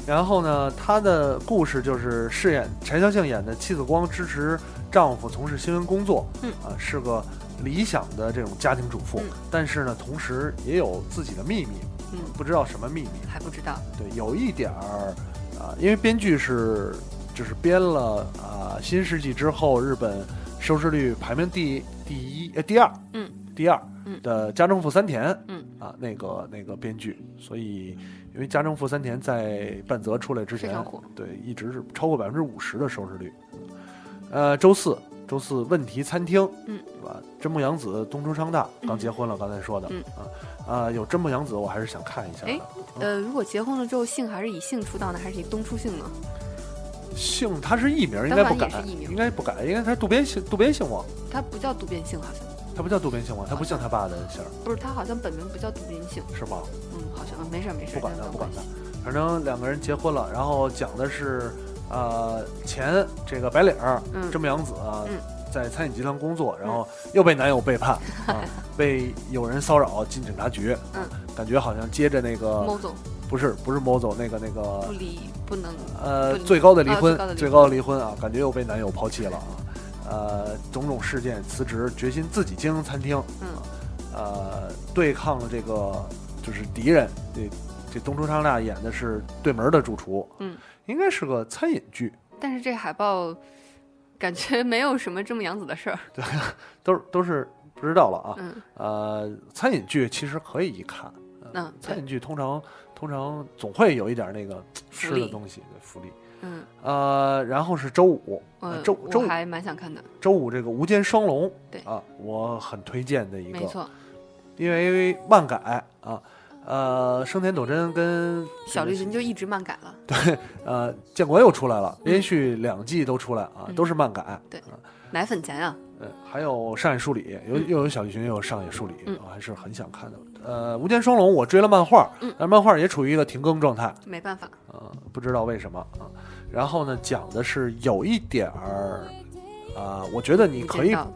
[SPEAKER 1] 然后呢，她的故事就是饰演柴孝庆演的妻子光支持丈夫从事新闻工作，
[SPEAKER 2] 嗯
[SPEAKER 1] 啊、是个理想的这种家庭主妇，
[SPEAKER 2] 嗯
[SPEAKER 1] 但是呢，同时也有自己的秘密，
[SPEAKER 2] 嗯
[SPEAKER 1] 不知道什么秘密。
[SPEAKER 2] 还不知道，
[SPEAKER 1] 对，有一点儿啊、因为编剧是就是编了啊、新世纪之后日本收视率排名第第一呃第二，
[SPEAKER 2] 嗯，
[SPEAKER 1] 第二
[SPEAKER 2] 嗯
[SPEAKER 1] 的家政妇三田，
[SPEAKER 2] 嗯
[SPEAKER 1] 啊那个那个编剧，所以因为家政妇三田在半泽出来之
[SPEAKER 2] 非
[SPEAKER 1] 前
[SPEAKER 2] 常火，
[SPEAKER 1] 对一直是超过百分之五十的收视率，呃，周四。周四问题餐厅，
[SPEAKER 2] 嗯，
[SPEAKER 1] 对吧？真木阳子、东出昌大
[SPEAKER 2] 嗯
[SPEAKER 1] 刚结婚了，刚才说的，
[SPEAKER 2] 嗯
[SPEAKER 1] 啊啊、有真木阳子，我还是想看一下的。啊
[SPEAKER 2] 哎呃，如果结婚了之后姓还是以姓出道呢，还是以东出姓呢？
[SPEAKER 1] 姓他是艺名，应该不
[SPEAKER 2] 当
[SPEAKER 1] 改
[SPEAKER 2] 然也是艺，名
[SPEAKER 1] 应该不改，应该他是渡边姓渡边姓王，
[SPEAKER 2] 他不叫渡边姓，好像
[SPEAKER 1] 他不叫渡边姓
[SPEAKER 2] 啊
[SPEAKER 1] 王，他不姓他爸的姓儿
[SPEAKER 2] 不是，他好像本名不叫渡边姓。
[SPEAKER 1] 是吗？
[SPEAKER 2] 嗯，好像没事儿没事儿，
[SPEAKER 1] 不管他
[SPEAKER 2] 没有
[SPEAKER 1] 不管
[SPEAKER 2] 关系。
[SPEAKER 1] 反正两个人结婚了，然后讲的是呃前这个白领儿
[SPEAKER 2] 嗯
[SPEAKER 1] 真木阳子啊
[SPEAKER 2] 嗯
[SPEAKER 1] 在餐饮集团工作，然后又被男友背 叛啊，被有人骚扰进警察局，
[SPEAKER 2] 嗯
[SPEAKER 1] 啊感觉好像接着那个
[SPEAKER 2] 某总
[SPEAKER 1] 不是不是某总那个那
[SPEAKER 2] 不
[SPEAKER 1] 个
[SPEAKER 2] 离不能，
[SPEAKER 1] 呃
[SPEAKER 2] 不
[SPEAKER 1] 最高的离
[SPEAKER 2] 啊
[SPEAKER 1] 婚
[SPEAKER 2] 最高的离婚
[SPEAKER 1] 最高的离婚啊，感觉又被男友抛弃了啊。呃，种种事件辞职，决心自己经营餐厅，
[SPEAKER 2] 嗯
[SPEAKER 1] 呃，对抗了这个就是敌人。这这东出昌大演的是对门的主厨，
[SPEAKER 2] 嗯，
[SPEAKER 1] 应该是个餐饮剧，
[SPEAKER 2] 但是这海报感觉没有什么这么杨子的事儿。
[SPEAKER 1] 都是都是不知道了啊。
[SPEAKER 2] 嗯
[SPEAKER 1] 呃，餐饮剧其实可以一看，呃
[SPEAKER 2] 嗯
[SPEAKER 1] 餐
[SPEAKER 2] 对
[SPEAKER 1] 饮剧通常通常总会有一点那个
[SPEAKER 2] 福
[SPEAKER 1] 吃的
[SPEAKER 2] 利
[SPEAKER 1] 东西的福利。
[SPEAKER 2] 嗯，
[SPEAKER 1] 呃，然后是周五，
[SPEAKER 2] 呃
[SPEAKER 1] 呃周周
[SPEAKER 2] 我
[SPEAKER 1] 五
[SPEAKER 2] 还蛮想看的，
[SPEAKER 1] 周五这个《无间双龙》
[SPEAKER 2] 对
[SPEAKER 1] 啊，我很推荐的一
[SPEAKER 2] 没
[SPEAKER 1] 个，
[SPEAKER 2] 错，
[SPEAKER 1] 因为漫改啊，呃，生田斗真跟这
[SPEAKER 2] 小
[SPEAKER 1] 个
[SPEAKER 2] 绿人就一直漫改了，
[SPEAKER 1] 呃建国又出来了，连续两季都出来啊，
[SPEAKER 2] 嗯
[SPEAKER 1] 都是漫改。
[SPEAKER 2] 对奶粉钱啊，
[SPEAKER 1] 呃，还有上野树里，有又有小栗旬，又有上野树里，啊
[SPEAKER 2] 嗯
[SPEAKER 1] 我还是很想看的。呃，《无间双龙》我追了漫画
[SPEAKER 2] 嗯，
[SPEAKER 1] 但漫画也处于一个停更状态，
[SPEAKER 2] 没办法，
[SPEAKER 1] 呃，不知道为什么啊。然后呢，讲的是有一点儿，啊、我觉得你可
[SPEAKER 2] 见
[SPEAKER 1] 以
[SPEAKER 2] 到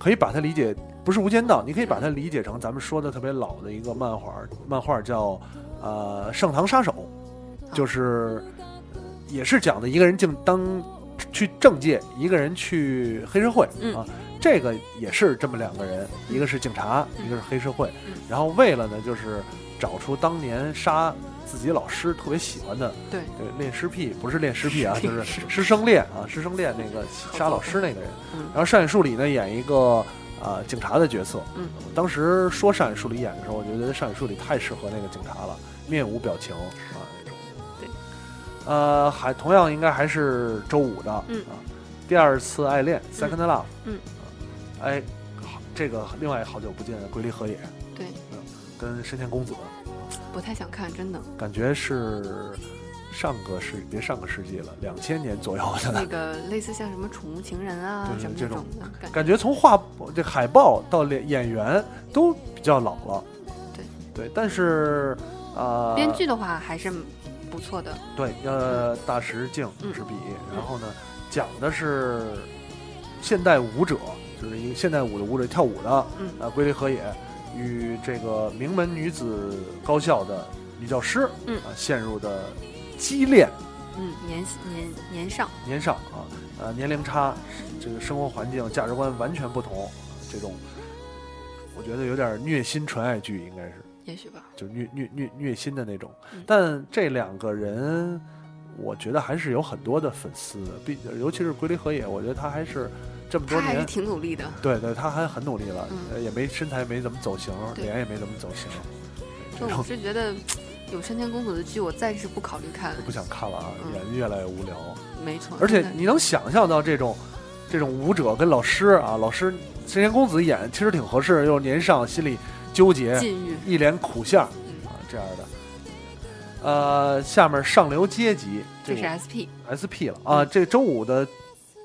[SPEAKER 1] 可以把它理解，不是《无间道》，你可以把它理解成咱们说的特别老的一个漫画，漫画叫呃《盛唐杀手》，就是呃也是讲的一个人竟当去政界，一个人去黑社会、
[SPEAKER 2] 嗯
[SPEAKER 1] 啊。这个也是这么两个人，一个是警察，
[SPEAKER 2] 嗯
[SPEAKER 1] 一个是黑社会
[SPEAKER 2] 嗯。
[SPEAKER 1] 然后为了呢，就是找出当年杀自己老师特别喜欢的
[SPEAKER 2] 对
[SPEAKER 1] 对，恋尸癖不是恋 尸癖啊，就是师生恋啊，师生恋那个杀老师那个人。
[SPEAKER 2] 嗯
[SPEAKER 1] 然后上野树里呢演一个呃警察的角色。
[SPEAKER 2] 嗯，
[SPEAKER 1] 当时说上野树里演的时候，我觉得上野树里太适合那个警察了，面无表情啊那种。
[SPEAKER 2] 对，
[SPEAKER 1] 呃，还同样应该还是周五的。
[SPEAKER 2] 嗯
[SPEAKER 1] 啊，第二次爱恋 （Second Love）。
[SPEAKER 2] 嗯
[SPEAKER 1] 啊，哎，好这个另外好久不见的龟梨和也嗯
[SPEAKER 2] 对，
[SPEAKER 1] 跟深田恭子。
[SPEAKER 2] 不太想看，真的，
[SPEAKER 1] 感觉是上个世别上个世纪了，两千年左右
[SPEAKER 2] 那
[SPEAKER 1] 的。
[SPEAKER 2] 个类似像什么宠物情人啊
[SPEAKER 1] 对
[SPEAKER 2] 什么
[SPEAKER 1] 这
[SPEAKER 2] 这
[SPEAKER 1] 种
[SPEAKER 2] 种的感觉，
[SPEAKER 1] 感觉从画这海报到脸演员都比较老了，
[SPEAKER 2] 对
[SPEAKER 1] 对，但是呃，
[SPEAKER 2] 编剧的话还是不错的，
[SPEAKER 1] 对呃大石静
[SPEAKER 2] 嗯
[SPEAKER 1] 执笔，
[SPEAKER 2] 嗯
[SPEAKER 1] 然后呢讲的是现代舞者，就是一个现代舞的舞者跳舞的，
[SPEAKER 2] 嗯
[SPEAKER 1] 呃龟梨和也与这个名门女子高校的女教师，
[SPEAKER 2] 嗯
[SPEAKER 1] 啊、陷入的激烈
[SPEAKER 2] 嗯，年年年上，
[SPEAKER 1] 年上啊，呃，年龄差，这个生活环境、价值观完全不同，这种，我觉得有点虐心纯爱剧，应该是
[SPEAKER 2] 也许吧，
[SPEAKER 1] 就虐虐虐虐心的那种
[SPEAKER 2] 嗯。
[SPEAKER 1] 但这两个人，我觉得还是有很多的粉丝的，毕尤其是龟梨和也，我觉得他还是这么多
[SPEAKER 2] 他还是
[SPEAKER 1] 年，
[SPEAKER 2] 挺努力的，
[SPEAKER 1] 对对，他还很努力了，
[SPEAKER 2] 嗯
[SPEAKER 1] 呃也没身材没怎么走形，
[SPEAKER 2] 对
[SPEAKER 1] 脸也没怎么走形，
[SPEAKER 2] 就
[SPEAKER 1] 这
[SPEAKER 2] 我
[SPEAKER 1] 种
[SPEAKER 2] 是觉得有山田公主的剧，我暂时不考虑看，
[SPEAKER 1] 不想看了啊，
[SPEAKER 2] 嗯
[SPEAKER 1] 演越来越无聊。
[SPEAKER 2] 没错，
[SPEAKER 1] 而且
[SPEAKER 2] 真的
[SPEAKER 1] 你能想象到这种这种舞者跟老师啊，老师神仙公子演其实挺合适，又年上心里纠结，
[SPEAKER 2] 禁欲，
[SPEAKER 1] 一脸苦相
[SPEAKER 2] 嗯
[SPEAKER 1] 啊这样的。呃，下面上流阶级
[SPEAKER 2] 这是
[SPEAKER 1] 个
[SPEAKER 2] SP，
[SPEAKER 1] SP 了啊，这周五的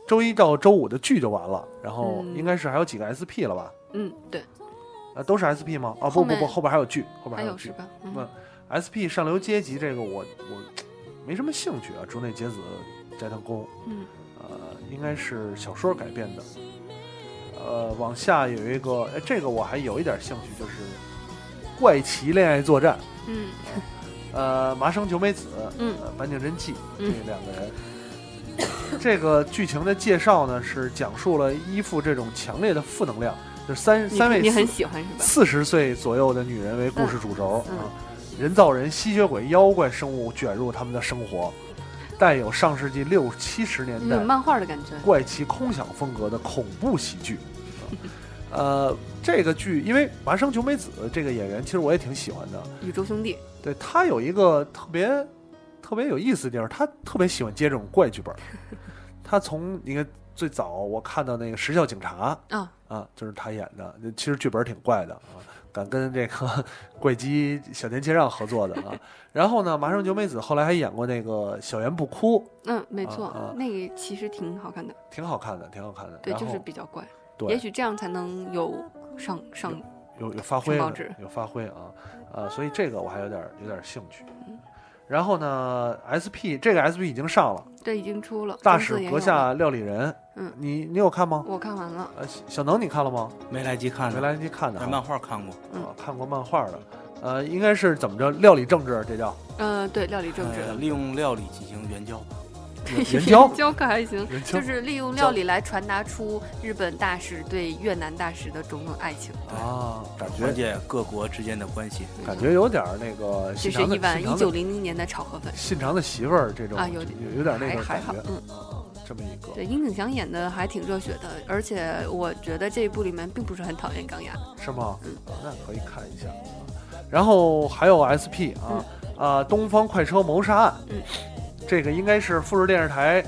[SPEAKER 1] 周一到周五的剧就完了，然后
[SPEAKER 2] 嗯
[SPEAKER 1] 应该是还有几个 SP 了吧？
[SPEAKER 2] 嗯，对，
[SPEAKER 1] 啊，都是 SP 吗？啊，
[SPEAKER 2] 后
[SPEAKER 1] 不不不，
[SPEAKER 2] 面
[SPEAKER 1] 后边还有剧，后边
[SPEAKER 2] 还
[SPEAKER 1] 有
[SPEAKER 2] 有
[SPEAKER 1] 剧
[SPEAKER 2] 是。吧？
[SPEAKER 1] 问
[SPEAKER 2] 嗯，
[SPEAKER 1] SP 上流阶级这个我我没什么兴趣啊，竹内结子、斋藤工，
[SPEAKER 2] 嗯，
[SPEAKER 1] 呃，应该是小说改编的。呃，往下有一个，哎，这个我还有一点兴趣，就是《怪奇恋爱作战》，
[SPEAKER 2] 嗯，
[SPEAKER 1] 呃，麻生久美子，
[SPEAKER 2] 嗯
[SPEAKER 1] 呃，坂井真纪这
[SPEAKER 2] 嗯
[SPEAKER 1] 两个人。这个剧情的介绍呢，是讲述了依附这种强烈的负能量，就是三
[SPEAKER 2] 你
[SPEAKER 1] 三位
[SPEAKER 2] 你很
[SPEAKER 1] 四
[SPEAKER 2] 喜欢是吧？
[SPEAKER 1] 四十岁左右的女人为故事主轴、
[SPEAKER 2] 嗯嗯
[SPEAKER 1] 啊，人造人、吸血鬼、妖怪生物卷入他们的生活，带有上世纪六七十年
[SPEAKER 2] 有
[SPEAKER 1] 代
[SPEAKER 2] 种漫画的感觉，
[SPEAKER 1] 怪奇空想风格的恐怖喜剧。 呃，这个剧因为麻生久美子这个演员，其实我也挺喜欢的。
[SPEAKER 2] 宇宙兄弟，
[SPEAKER 1] 对她有一个特别特别有意思的地方，她特别喜欢接这种怪剧本儿。她从你看最早我看到那个《时效警察》
[SPEAKER 2] 啊
[SPEAKER 1] 啊，就是她演的，其实剧本儿挺怪的啊，敢跟这个 怪姬小田切让合作的啊。然后呢，麻生久美子后来还演过那个《小圆不哭》，
[SPEAKER 2] 嗯，没
[SPEAKER 1] 啊
[SPEAKER 2] 错
[SPEAKER 1] 啊，
[SPEAKER 2] 那个其实挺好看的，
[SPEAKER 1] 挺好看的，挺好看的。
[SPEAKER 2] 对，
[SPEAKER 1] 然
[SPEAKER 2] 就是
[SPEAKER 1] 后
[SPEAKER 2] 比较怪，
[SPEAKER 1] 对
[SPEAKER 2] 也许这样才能有上上
[SPEAKER 1] 有有发挥
[SPEAKER 2] 上
[SPEAKER 1] 呢
[SPEAKER 2] 报纸，
[SPEAKER 1] 有发挥啊，呃，所以这个我还有点有点兴
[SPEAKER 2] 嗯
[SPEAKER 1] 趣。嗯然后呢，SP 这个 SP 已经上了，
[SPEAKER 2] 这已经出了，
[SPEAKER 1] 大
[SPEAKER 2] 中
[SPEAKER 1] 使
[SPEAKER 2] 字也
[SPEAKER 1] 阁
[SPEAKER 2] 有了，
[SPEAKER 1] 下料理人，
[SPEAKER 2] 嗯
[SPEAKER 1] 你你有看吗？
[SPEAKER 2] 我看完了，
[SPEAKER 1] 呃，小小能你看了吗？
[SPEAKER 6] 没来及看呢，
[SPEAKER 1] 没来得及看呢
[SPEAKER 6] 哎
[SPEAKER 1] 哈，
[SPEAKER 6] 漫画看过，
[SPEAKER 2] 嗯
[SPEAKER 1] 啊看过漫画的，呃，应该是怎么着？料理政治，这叫
[SPEAKER 2] 呃，对，料理政治
[SPEAKER 6] 呃，利用料理进行援交吧。
[SPEAKER 1] 援交
[SPEAKER 2] 交可还行，
[SPEAKER 1] 人称
[SPEAKER 2] 就是利用料理来传达出日本大使对越南大使的种种爱情。哦
[SPEAKER 1] 啊，感
[SPEAKER 6] 缓
[SPEAKER 1] 觉
[SPEAKER 6] 解各国之间的关系。
[SPEAKER 2] 没错
[SPEAKER 1] 感觉有点儿那个
[SPEAKER 2] 这
[SPEAKER 1] 信
[SPEAKER 2] 是
[SPEAKER 1] 长的
[SPEAKER 2] 一碗
[SPEAKER 1] 信
[SPEAKER 2] 一
[SPEAKER 1] 长
[SPEAKER 2] 九
[SPEAKER 1] 的
[SPEAKER 2] 零零年的炒河粉，
[SPEAKER 1] 信长的媳妇儿这种
[SPEAKER 2] 啊
[SPEAKER 1] 有
[SPEAKER 2] 有
[SPEAKER 1] 有点那
[SPEAKER 2] 还
[SPEAKER 1] 个
[SPEAKER 2] 还
[SPEAKER 1] 感
[SPEAKER 2] 好
[SPEAKER 1] 觉，，
[SPEAKER 2] 嗯，
[SPEAKER 1] 啊这么一个
[SPEAKER 2] 对，樱井翔演的还挺热血的，而且我觉得这一部里面并不是很讨厌
[SPEAKER 1] 哎
[SPEAKER 2] 钢牙，
[SPEAKER 1] 是吗？
[SPEAKER 2] 嗯
[SPEAKER 1] 啊那可以看一下。啊然后还有 SP 啊，啊，《东方快车谋杀案》
[SPEAKER 2] 嗯
[SPEAKER 1] 这个应该是富士电视台，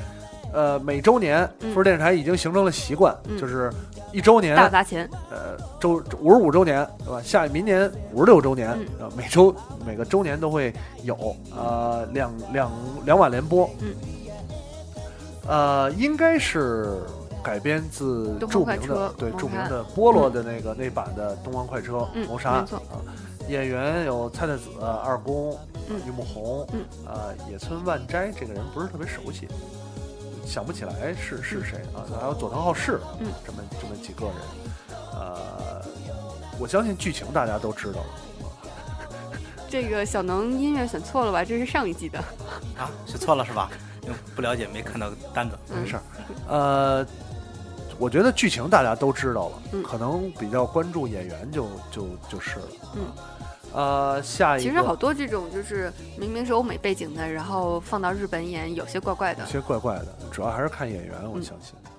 [SPEAKER 1] 呃，每周年，
[SPEAKER 2] 嗯
[SPEAKER 1] 富士电视台已经形成了习惯，
[SPEAKER 2] 嗯
[SPEAKER 1] 就是一周年，
[SPEAKER 2] 大砸钱，
[SPEAKER 1] 呃，周五十五周年，对吧？下明年五十六周年
[SPEAKER 2] 嗯，
[SPEAKER 1] 呃，每周每个周年都会有，呃，两两两晚联播，
[SPEAKER 2] 嗯，
[SPEAKER 1] 呃，应该是改编自
[SPEAKER 2] 东方
[SPEAKER 1] 著
[SPEAKER 2] 快
[SPEAKER 1] 名
[SPEAKER 2] 车
[SPEAKER 1] 的对
[SPEAKER 2] 谋
[SPEAKER 1] 著名
[SPEAKER 2] 杀
[SPEAKER 1] 的波罗的那个那版的《东方快车
[SPEAKER 2] 嗯
[SPEAKER 1] 谋杀案
[SPEAKER 2] 没》错
[SPEAKER 1] 啊，演员有蔡太子、二宫、呃
[SPEAKER 2] 嗯
[SPEAKER 1] 玉木宏，
[SPEAKER 2] 嗯，
[SPEAKER 1] 呃，野村万斋这个人不是特别熟悉。想不起来是是谁啊？还有佐藤浩市，
[SPEAKER 2] 嗯，
[SPEAKER 1] 这么这么几个人，呃，我相信剧情大家都知道了。
[SPEAKER 2] 这个小能音乐选错了吧？这是上一季
[SPEAKER 1] 哎
[SPEAKER 2] 的，
[SPEAKER 6] 啊，是错了是吧？ 因为不了解，没看到单子。
[SPEAKER 2] 嗯
[SPEAKER 1] 没事儿，呃，我觉得剧情大家都知道了，
[SPEAKER 2] 嗯
[SPEAKER 1] 可能比较关注演员就就就是了。
[SPEAKER 2] 嗯，
[SPEAKER 1] 呃，下一个
[SPEAKER 2] 其实好多这种就是明明是欧美背景的，然后放到日本演，有些怪怪的
[SPEAKER 1] 有。些怪怪的，主要还是看演员，我
[SPEAKER 2] 嗯
[SPEAKER 1] 相信。嗯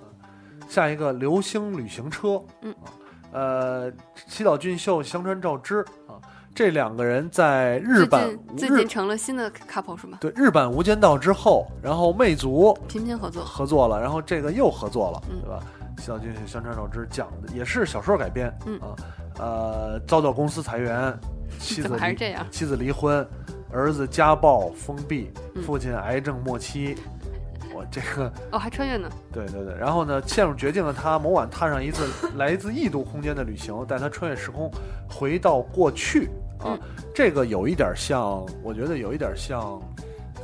[SPEAKER 1] 下一个《流星旅行车》，
[SPEAKER 2] 嗯
[SPEAKER 1] 啊，呃，西岛俊秀、香川照之啊，这两个人在日版
[SPEAKER 2] 最近最
[SPEAKER 1] 日
[SPEAKER 2] 近成了新的 couple 是吗？
[SPEAKER 1] 对日版《无间道》之后，然后魅族
[SPEAKER 2] 频频合作，
[SPEAKER 1] 合作了，然后这个又合作了，
[SPEAKER 2] 嗯
[SPEAKER 1] 对吧？西岛俊秀、香川照之讲的也是小说改编，
[SPEAKER 2] 嗯
[SPEAKER 1] 啊，呃，遭到公司裁员，妻
[SPEAKER 2] 怎
[SPEAKER 1] 子
[SPEAKER 2] 么还是
[SPEAKER 1] 离
[SPEAKER 2] 这样？
[SPEAKER 1] 妻子离婚，儿子家暴封闭，
[SPEAKER 2] 嗯
[SPEAKER 1] 父亲癌症末期，我这个。
[SPEAKER 2] 哦，还穿越呢。
[SPEAKER 1] 对对对，然后呢，陷入绝境的他，某晚踏上一次 来自异度空间的旅行，带他穿越时空，回到过去啊。
[SPEAKER 2] 嗯
[SPEAKER 1] 这个有一点像，我觉得有一点像，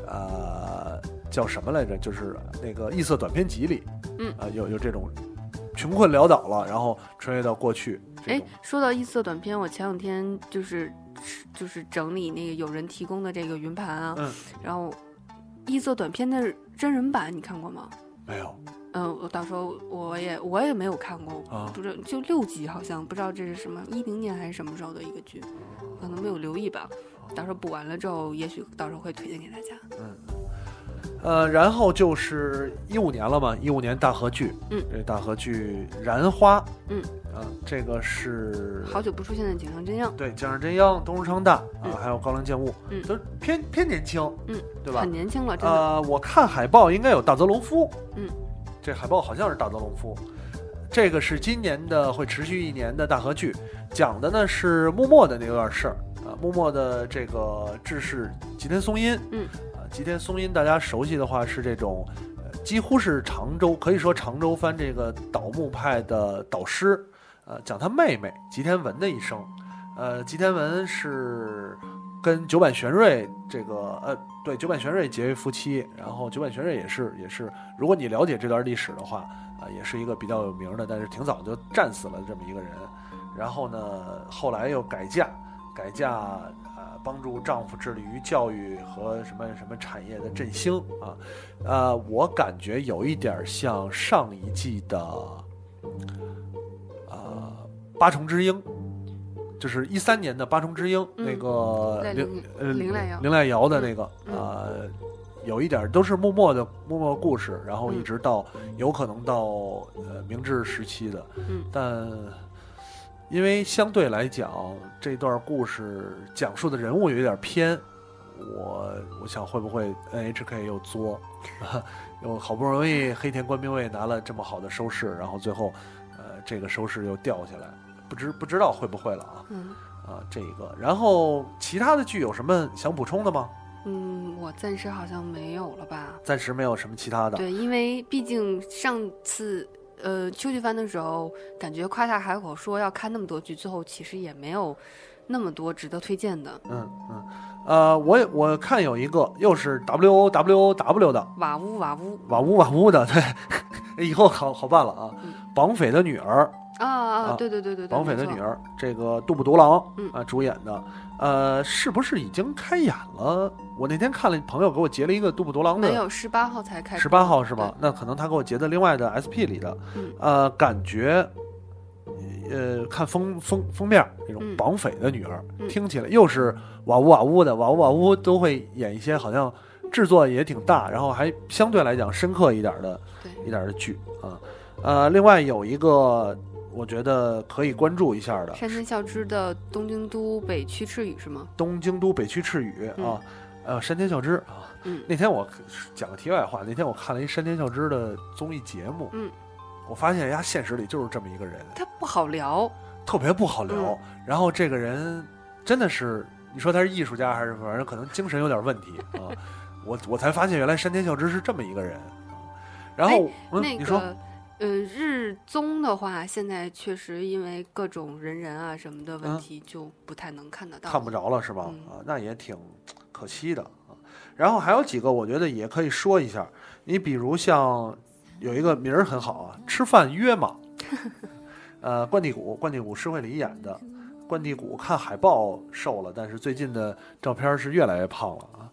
[SPEAKER 1] 呃，叫什么来着？就是那个异色短篇集里，
[SPEAKER 2] 嗯
[SPEAKER 1] 啊、有有这种穷困潦倒了，然后穿越到过去这
[SPEAKER 2] 哎
[SPEAKER 1] 种。，
[SPEAKER 2] 说到异色短片，我前两天就是就是整理那个有人提供的这个云盘啊，
[SPEAKER 1] 嗯
[SPEAKER 2] 然后异色短片的真人版你看过吗？
[SPEAKER 1] 没有
[SPEAKER 2] 嗯，我到时候我也我也没有看过，
[SPEAKER 1] 啊
[SPEAKER 2] 不是就六集好像不知道这是什么一零年还是什么时候的一个剧，可能没有留意吧。到时候补完了之后，也许到时候会推荐给大家。
[SPEAKER 1] 呃，然后就是一五年了嘛，一五年大合剧，
[SPEAKER 2] 嗯
[SPEAKER 1] 这大合剧《燃花》，
[SPEAKER 2] 嗯，
[SPEAKER 1] 啊、这个是
[SPEAKER 2] 好久不出现的井上真央，
[SPEAKER 1] 对，江上真央、东日昌大啊，
[SPEAKER 2] 嗯
[SPEAKER 1] 还有高良健吾，
[SPEAKER 2] 嗯
[SPEAKER 1] 都偏偏年轻，
[SPEAKER 2] 嗯，
[SPEAKER 1] 对吧
[SPEAKER 2] 很？年轻了，真的。
[SPEAKER 1] 呃，我看海报应该有大泽隆夫，
[SPEAKER 2] 嗯，
[SPEAKER 1] 这海报好像是大泽隆夫。这个是今年的，会持续一年的大合剧，讲的呢是幕末的那段事儿啊。幕末的这个志士吉田松阴，
[SPEAKER 2] 嗯，
[SPEAKER 1] 啊，吉田松阴大家熟悉的话是这种，呃几乎是常州，可以说常州藩这个倒幕派的导师，呃，讲他妹妹吉田文的一生。呃，吉田文是跟久坂玄瑞这个呃，对，久坂玄瑞结为夫妻，然后久坂玄瑞也是也是，如果你了解这段历史的话，啊、也是一个比较有名的，但是挺早就战死了这么一个人。然后呢，后来又改嫁，改嫁呃，帮助丈夫致力于教育和什么什么产业的振兴啊，呃，我感觉有一点像上一季的呃《八重之鹰》。就是一三年的《八重之鹰》，那
[SPEAKER 2] 嗯
[SPEAKER 1] 个
[SPEAKER 2] 赖
[SPEAKER 1] 刘
[SPEAKER 2] 玲
[SPEAKER 1] 呃
[SPEAKER 2] 林濑遥
[SPEAKER 1] 林濑遥的那个
[SPEAKER 2] 嗯
[SPEAKER 1] 呃，有一点儿都是幕末的幕末故事，然后一
[SPEAKER 2] 嗯
[SPEAKER 1] 直到有可能到呃明治时期的，
[SPEAKER 2] 嗯
[SPEAKER 1] 但因为相对来讲这段故事讲述的人物有一点儿偏，我我想会不会 NHK 又作， 又好不容易黑田官兵卫拿了这么好的收视，然后最后呃这个收视又掉下来，不知不知道会不会了啊
[SPEAKER 2] 嗯
[SPEAKER 1] 啊这一个，然后其他的剧有什么想补充的吗？
[SPEAKER 2] 嗯，我暂时好像没有了吧？
[SPEAKER 1] 暂时没有什么其他的。
[SPEAKER 2] 对，因为毕竟上次呃秋季番的时候，感觉夸下海口说要看那么多剧，最后其实也没有那么多值得推荐的。
[SPEAKER 1] 嗯嗯，呃，我也我看有一个又是 W O W O W 的
[SPEAKER 2] 瓦屋瓦屋
[SPEAKER 1] 瓦乌瓦乌的， 对，以后好好办了啊
[SPEAKER 2] 嗯。
[SPEAKER 1] 绑匪的女儿，
[SPEAKER 2] 啊啊！
[SPEAKER 1] 啊
[SPEAKER 2] 对对对对对，
[SPEAKER 1] 绑匪
[SPEAKER 2] 没
[SPEAKER 1] 的
[SPEAKER 2] 错
[SPEAKER 1] 女儿，这个杜布独狼
[SPEAKER 2] 嗯
[SPEAKER 1] 啊主演的，呃，是不是已经开演了？我那天看了朋友给我截了一个杜布独狼
[SPEAKER 2] 没
[SPEAKER 1] 的。
[SPEAKER 2] 有十八号才开
[SPEAKER 1] 嗯十八号是吧？那可能他给我截的另外的 SP 里的，
[SPEAKER 2] 嗯
[SPEAKER 1] 呃，感觉，呃，看封封封面那种
[SPEAKER 2] 嗯
[SPEAKER 1] 绑匪的女儿，
[SPEAKER 2] 嗯
[SPEAKER 1] 听起来又是瓦乌瓦乌的，瓦乌瓦乌都会演一些好像制作也挺大，然后还相对来讲深刻一点的
[SPEAKER 2] 对
[SPEAKER 1] 一点的剧啊，呃，另外有一个我觉得可以关注一下的，
[SPEAKER 2] 山田孝之的《东京都北区赤羽》是吗？
[SPEAKER 1] 东京都北区赤羽啊，呃，山田孝之啊，
[SPEAKER 2] 嗯
[SPEAKER 1] 那天我讲个题外话，那天我看了一山田孝之的综艺节目，
[SPEAKER 2] 嗯，
[SPEAKER 1] 我发现呀，现实里就是这么一个人，
[SPEAKER 2] 他不好聊，
[SPEAKER 1] 特别不好聊。
[SPEAKER 2] 嗯
[SPEAKER 1] 然后这个人真的是，你说他是艺术家还是反正可能精神有点问题啊。我我才发现原来山田孝之是这么一个人。啊然后、嗯
[SPEAKER 2] 哎那
[SPEAKER 1] 你说
[SPEAKER 2] 个，呃，日综的话，现在确实因为各种人人啊什么的问
[SPEAKER 1] 嗯
[SPEAKER 2] 题，就不太能看得到。
[SPEAKER 1] 看不着了是吧？
[SPEAKER 2] 嗯
[SPEAKER 1] 啊，那也挺可惜的啊。然后还有几个我觉得也可以说一下，你比如像有一个名儿很好啊，
[SPEAKER 2] 嗯
[SPEAKER 1] 吃饭 约嘛，呃，关帝谷，关帝谷施惠里演的，关帝谷看海报瘦了，但是最近的照片是越来越胖了啊。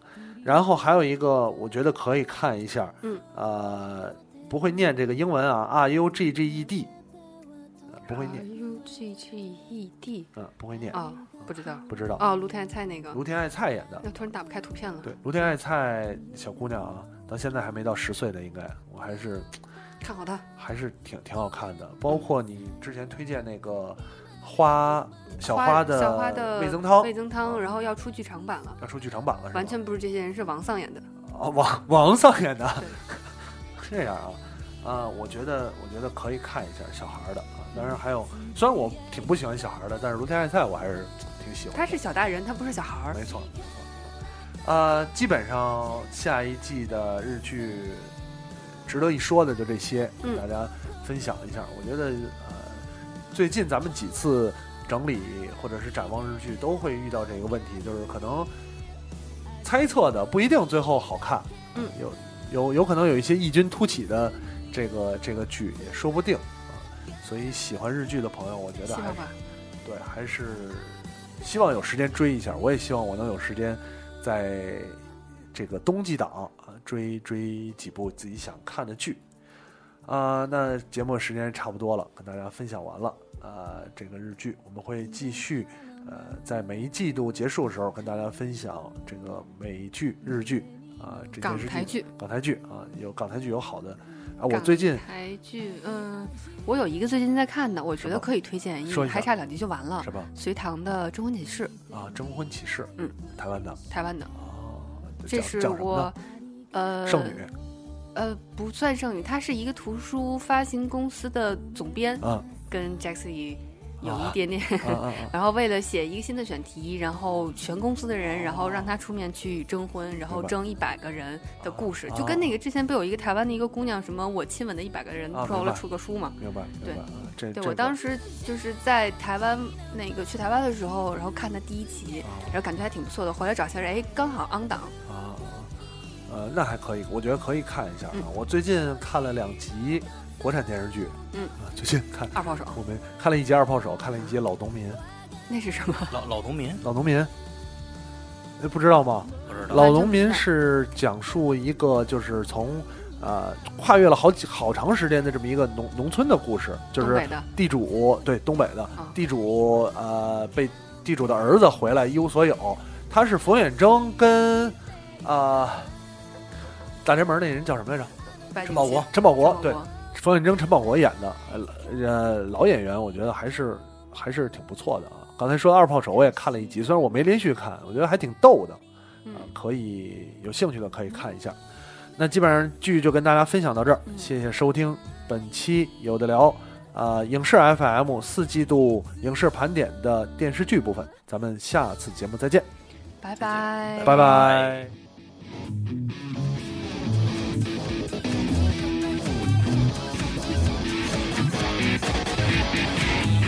[SPEAKER 1] 然后还有一个我觉得可以看一下，
[SPEAKER 2] 嗯，
[SPEAKER 1] 呃，不会念这个英文啊，R U G G E D，呃不会念，
[SPEAKER 2] U G G E D
[SPEAKER 1] 嗯、不会念，
[SPEAKER 2] 啊哦，不知道
[SPEAKER 1] 不知道。
[SPEAKER 2] 哦，卢天爱菜那个，
[SPEAKER 1] 卢天爱菜演的，
[SPEAKER 2] 那突然打不开图片了，
[SPEAKER 1] 对，卢天爱菜小姑娘啊，到现在还没到十岁呢，应该我还是
[SPEAKER 2] 看好它。
[SPEAKER 1] 还是挺挺好看的。包括你之前推荐那个花小花的
[SPEAKER 2] 小花的
[SPEAKER 1] 味增汤
[SPEAKER 2] 味，增汤，
[SPEAKER 1] 嗯
[SPEAKER 2] 然后要出剧场版了，
[SPEAKER 1] 要出剧场版了是吧？
[SPEAKER 2] 完全不是这些人，是王丧演的。
[SPEAKER 1] 啊，王王上演的
[SPEAKER 2] 对，
[SPEAKER 1] 这样啊。啊，我觉得，我觉得可以看一下小孩儿的啊。当然还有，虽然我挺不喜欢小孩儿的，但是卢天爱菜我还是挺喜欢的。
[SPEAKER 2] 他是小大人，他不是小孩儿
[SPEAKER 1] 没。错，没错。呃，基本上下一季的日剧值得一说的就这些，
[SPEAKER 2] 嗯
[SPEAKER 1] 给大家分享一下。我觉得呃，最近咱们几次整理或者是展望日剧，都会遇到这个问题，就是可能猜测的不一定最后好看，
[SPEAKER 2] 嗯，
[SPEAKER 1] 有有有可能有一些异军突起的这个这个剧也说不定啊。所以喜欢日剧的朋友，我觉
[SPEAKER 2] 希
[SPEAKER 1] 得还
[SPEAKER 2] 望
[SPEAKER 1] 是
[SPEAKER 2] 吧，
[SPEAKER 1] 对，还是希望有时间追一下。我也希望我能有时间在这个冬季档啊追追几部自己想看的剧。啊、那节目时间差不多了，跟大家分享完了。啊、这个日剧我们会继续，呃，在每一季度结束的时候跟大家分享这个美剧、日剧啊、这些
[SPEAKER 2] 港
[SPEAKER 1] 日
[SPEAKER 2] 台
[SPEAKER 1] 剧、
[SPEAKER 2] 剧，
[SPEAKER 1] 港台剧啊，有港台剧有好的啊。我
[SPEAKER 2] 港
[SPEAKER 1] 最近
[SPEAKER 2] 台剧，嗯，我有一个最近在看的，我觉
[SPEAKER 1] 是
[SPEAKER 2] 得
[SPEAKER 1] 吗
[SPEAKER 2] 可以推荐，因
[SPEAKER 1] 说
[SPEAKER 2] 为
[SPEAKER 1] 一下
[SPEAKER 2] 还差两集就完了
[SPEAKER 1] 什。么
[SPEAKER 2] 隋唐的《征婚启事
[SPEAKER 1] 啊，《征婚启事》
[SPEAKER 2] 嗯，
[SPEAKER 1] 台湾的》，
[SPEAKER 2] 台湾的，
[SPEAKER 1] 哦，
[SPEAKER 2] 这
[SPEAKER 1] 讲
[SPEAKER 2] 是
[SPEAKER 1] 讲什么呢
[SPEAKER 2] 我，呃，
[SPEAKER 1] 剩女，
[SPEAKER 2] 呃，不算剩女，她是一个图书发行公司的总编，
[SPEAKER 1] 嗯
[SPEAKER 2] 跟 Jaxie 有
[SPEAKER 1] 啊
[SPEAKER 2] 一点点、
[SPEAKER 1] 嗯嗯嗯
[SPEAKER 2] 然后为了写一个新的选题，然后全公司的人，然后让他出面去征婚，然后征一百个人的故事，
[SPEAKER 1] 啊
[SPEAKER 2] 就跟那个之前不有一个台湾的一个姑娘什么我亲吻的一百个人，
[SPEAKER 1] 啊
[SPEAKER 2] 不是后
[SPEAKER 1] 明
[SPEAKER 2] 来
[SPEAKER 1] 白
[SPEAKER 2] 出个书嘛？
[SPEAKER 1] 明白明白啊，
[SPEAKER 2] 对
[SPEAKER 1] 这这
[SPEAKER 2] 我
[SPEAKER 1] 个
[SPEAKER 2] 当时就是在台湾那个去台湾的时候，然后看的第一集，
[SPEAKER 1] 啊
[SPEAKER 2] 然后感觉还挺不错的，回来找一下人，哎，刚好 on 档，
[SPEAKER 1] 啊啊呃，那还可以，我觉得可以看一下啊
[SPEAKER 2] 嗯。
[SPEAKER 1] 我最近看了两集国产电视剧，
[SPEAKER 2] 嗯
[SPEAKER 1] 啊，最近看
[SPEAKER 2] 二炮手，
[SPEAKER 1] 我们看了一集《二炮手》，看了一集《老农民》，
[SPEAKER 2] 那是什么？
[SPEAKER 6] 老老农民
[SPEAKER 1] 老农民。哎，不知道吗？
[SPEAKER 6] 不知道
[SPEAKER 1] 老农民是讲述一个就是从，呃，跨越了好几好长时间的这么一个农农村的故事，就
[SPEAKER 2] 东
[SPEAKER 1] 是
[SPEAKER 2] 北的，
[SPEAKER 1] 地主对东北的
[SPEAKER 2] 啊
[SPEAKER 1] 地主呃被地主的儿子回来一无所有，他是冯远征跟呃大宅门那人叫什么来着？
[SPEAKER 2] 白
[SPEAKER 6] 陈宝国
[SPEAKER 2] 景琦，
[SPEAKER 1] 陈宝国
[SPEAKER 2] 陈
[SPEAKER 1] 对，冯远征、陈宝国演的，呃呃老演员，我觉得还是还是挺不错的啊。刚才说的二炮手我也看了一集，虽然我没连续看，我觉得还挺逗的。
[SPEAKER 2] 嗯
[SPEAKER 1] 啊，，可以有兴趣的可以看一下。那基本上剧就跟大家分享到这儿，
[SPEAKER 2] 嗯
[SPEAKER 1] 谢谢收听本期有的聊啊、呃影视 FM 四季度影视盘点的电视剧部分，咱们下次节目再见，
[SPEAKER 2] 拜拜，
[SPEAKER 1] 拜拜。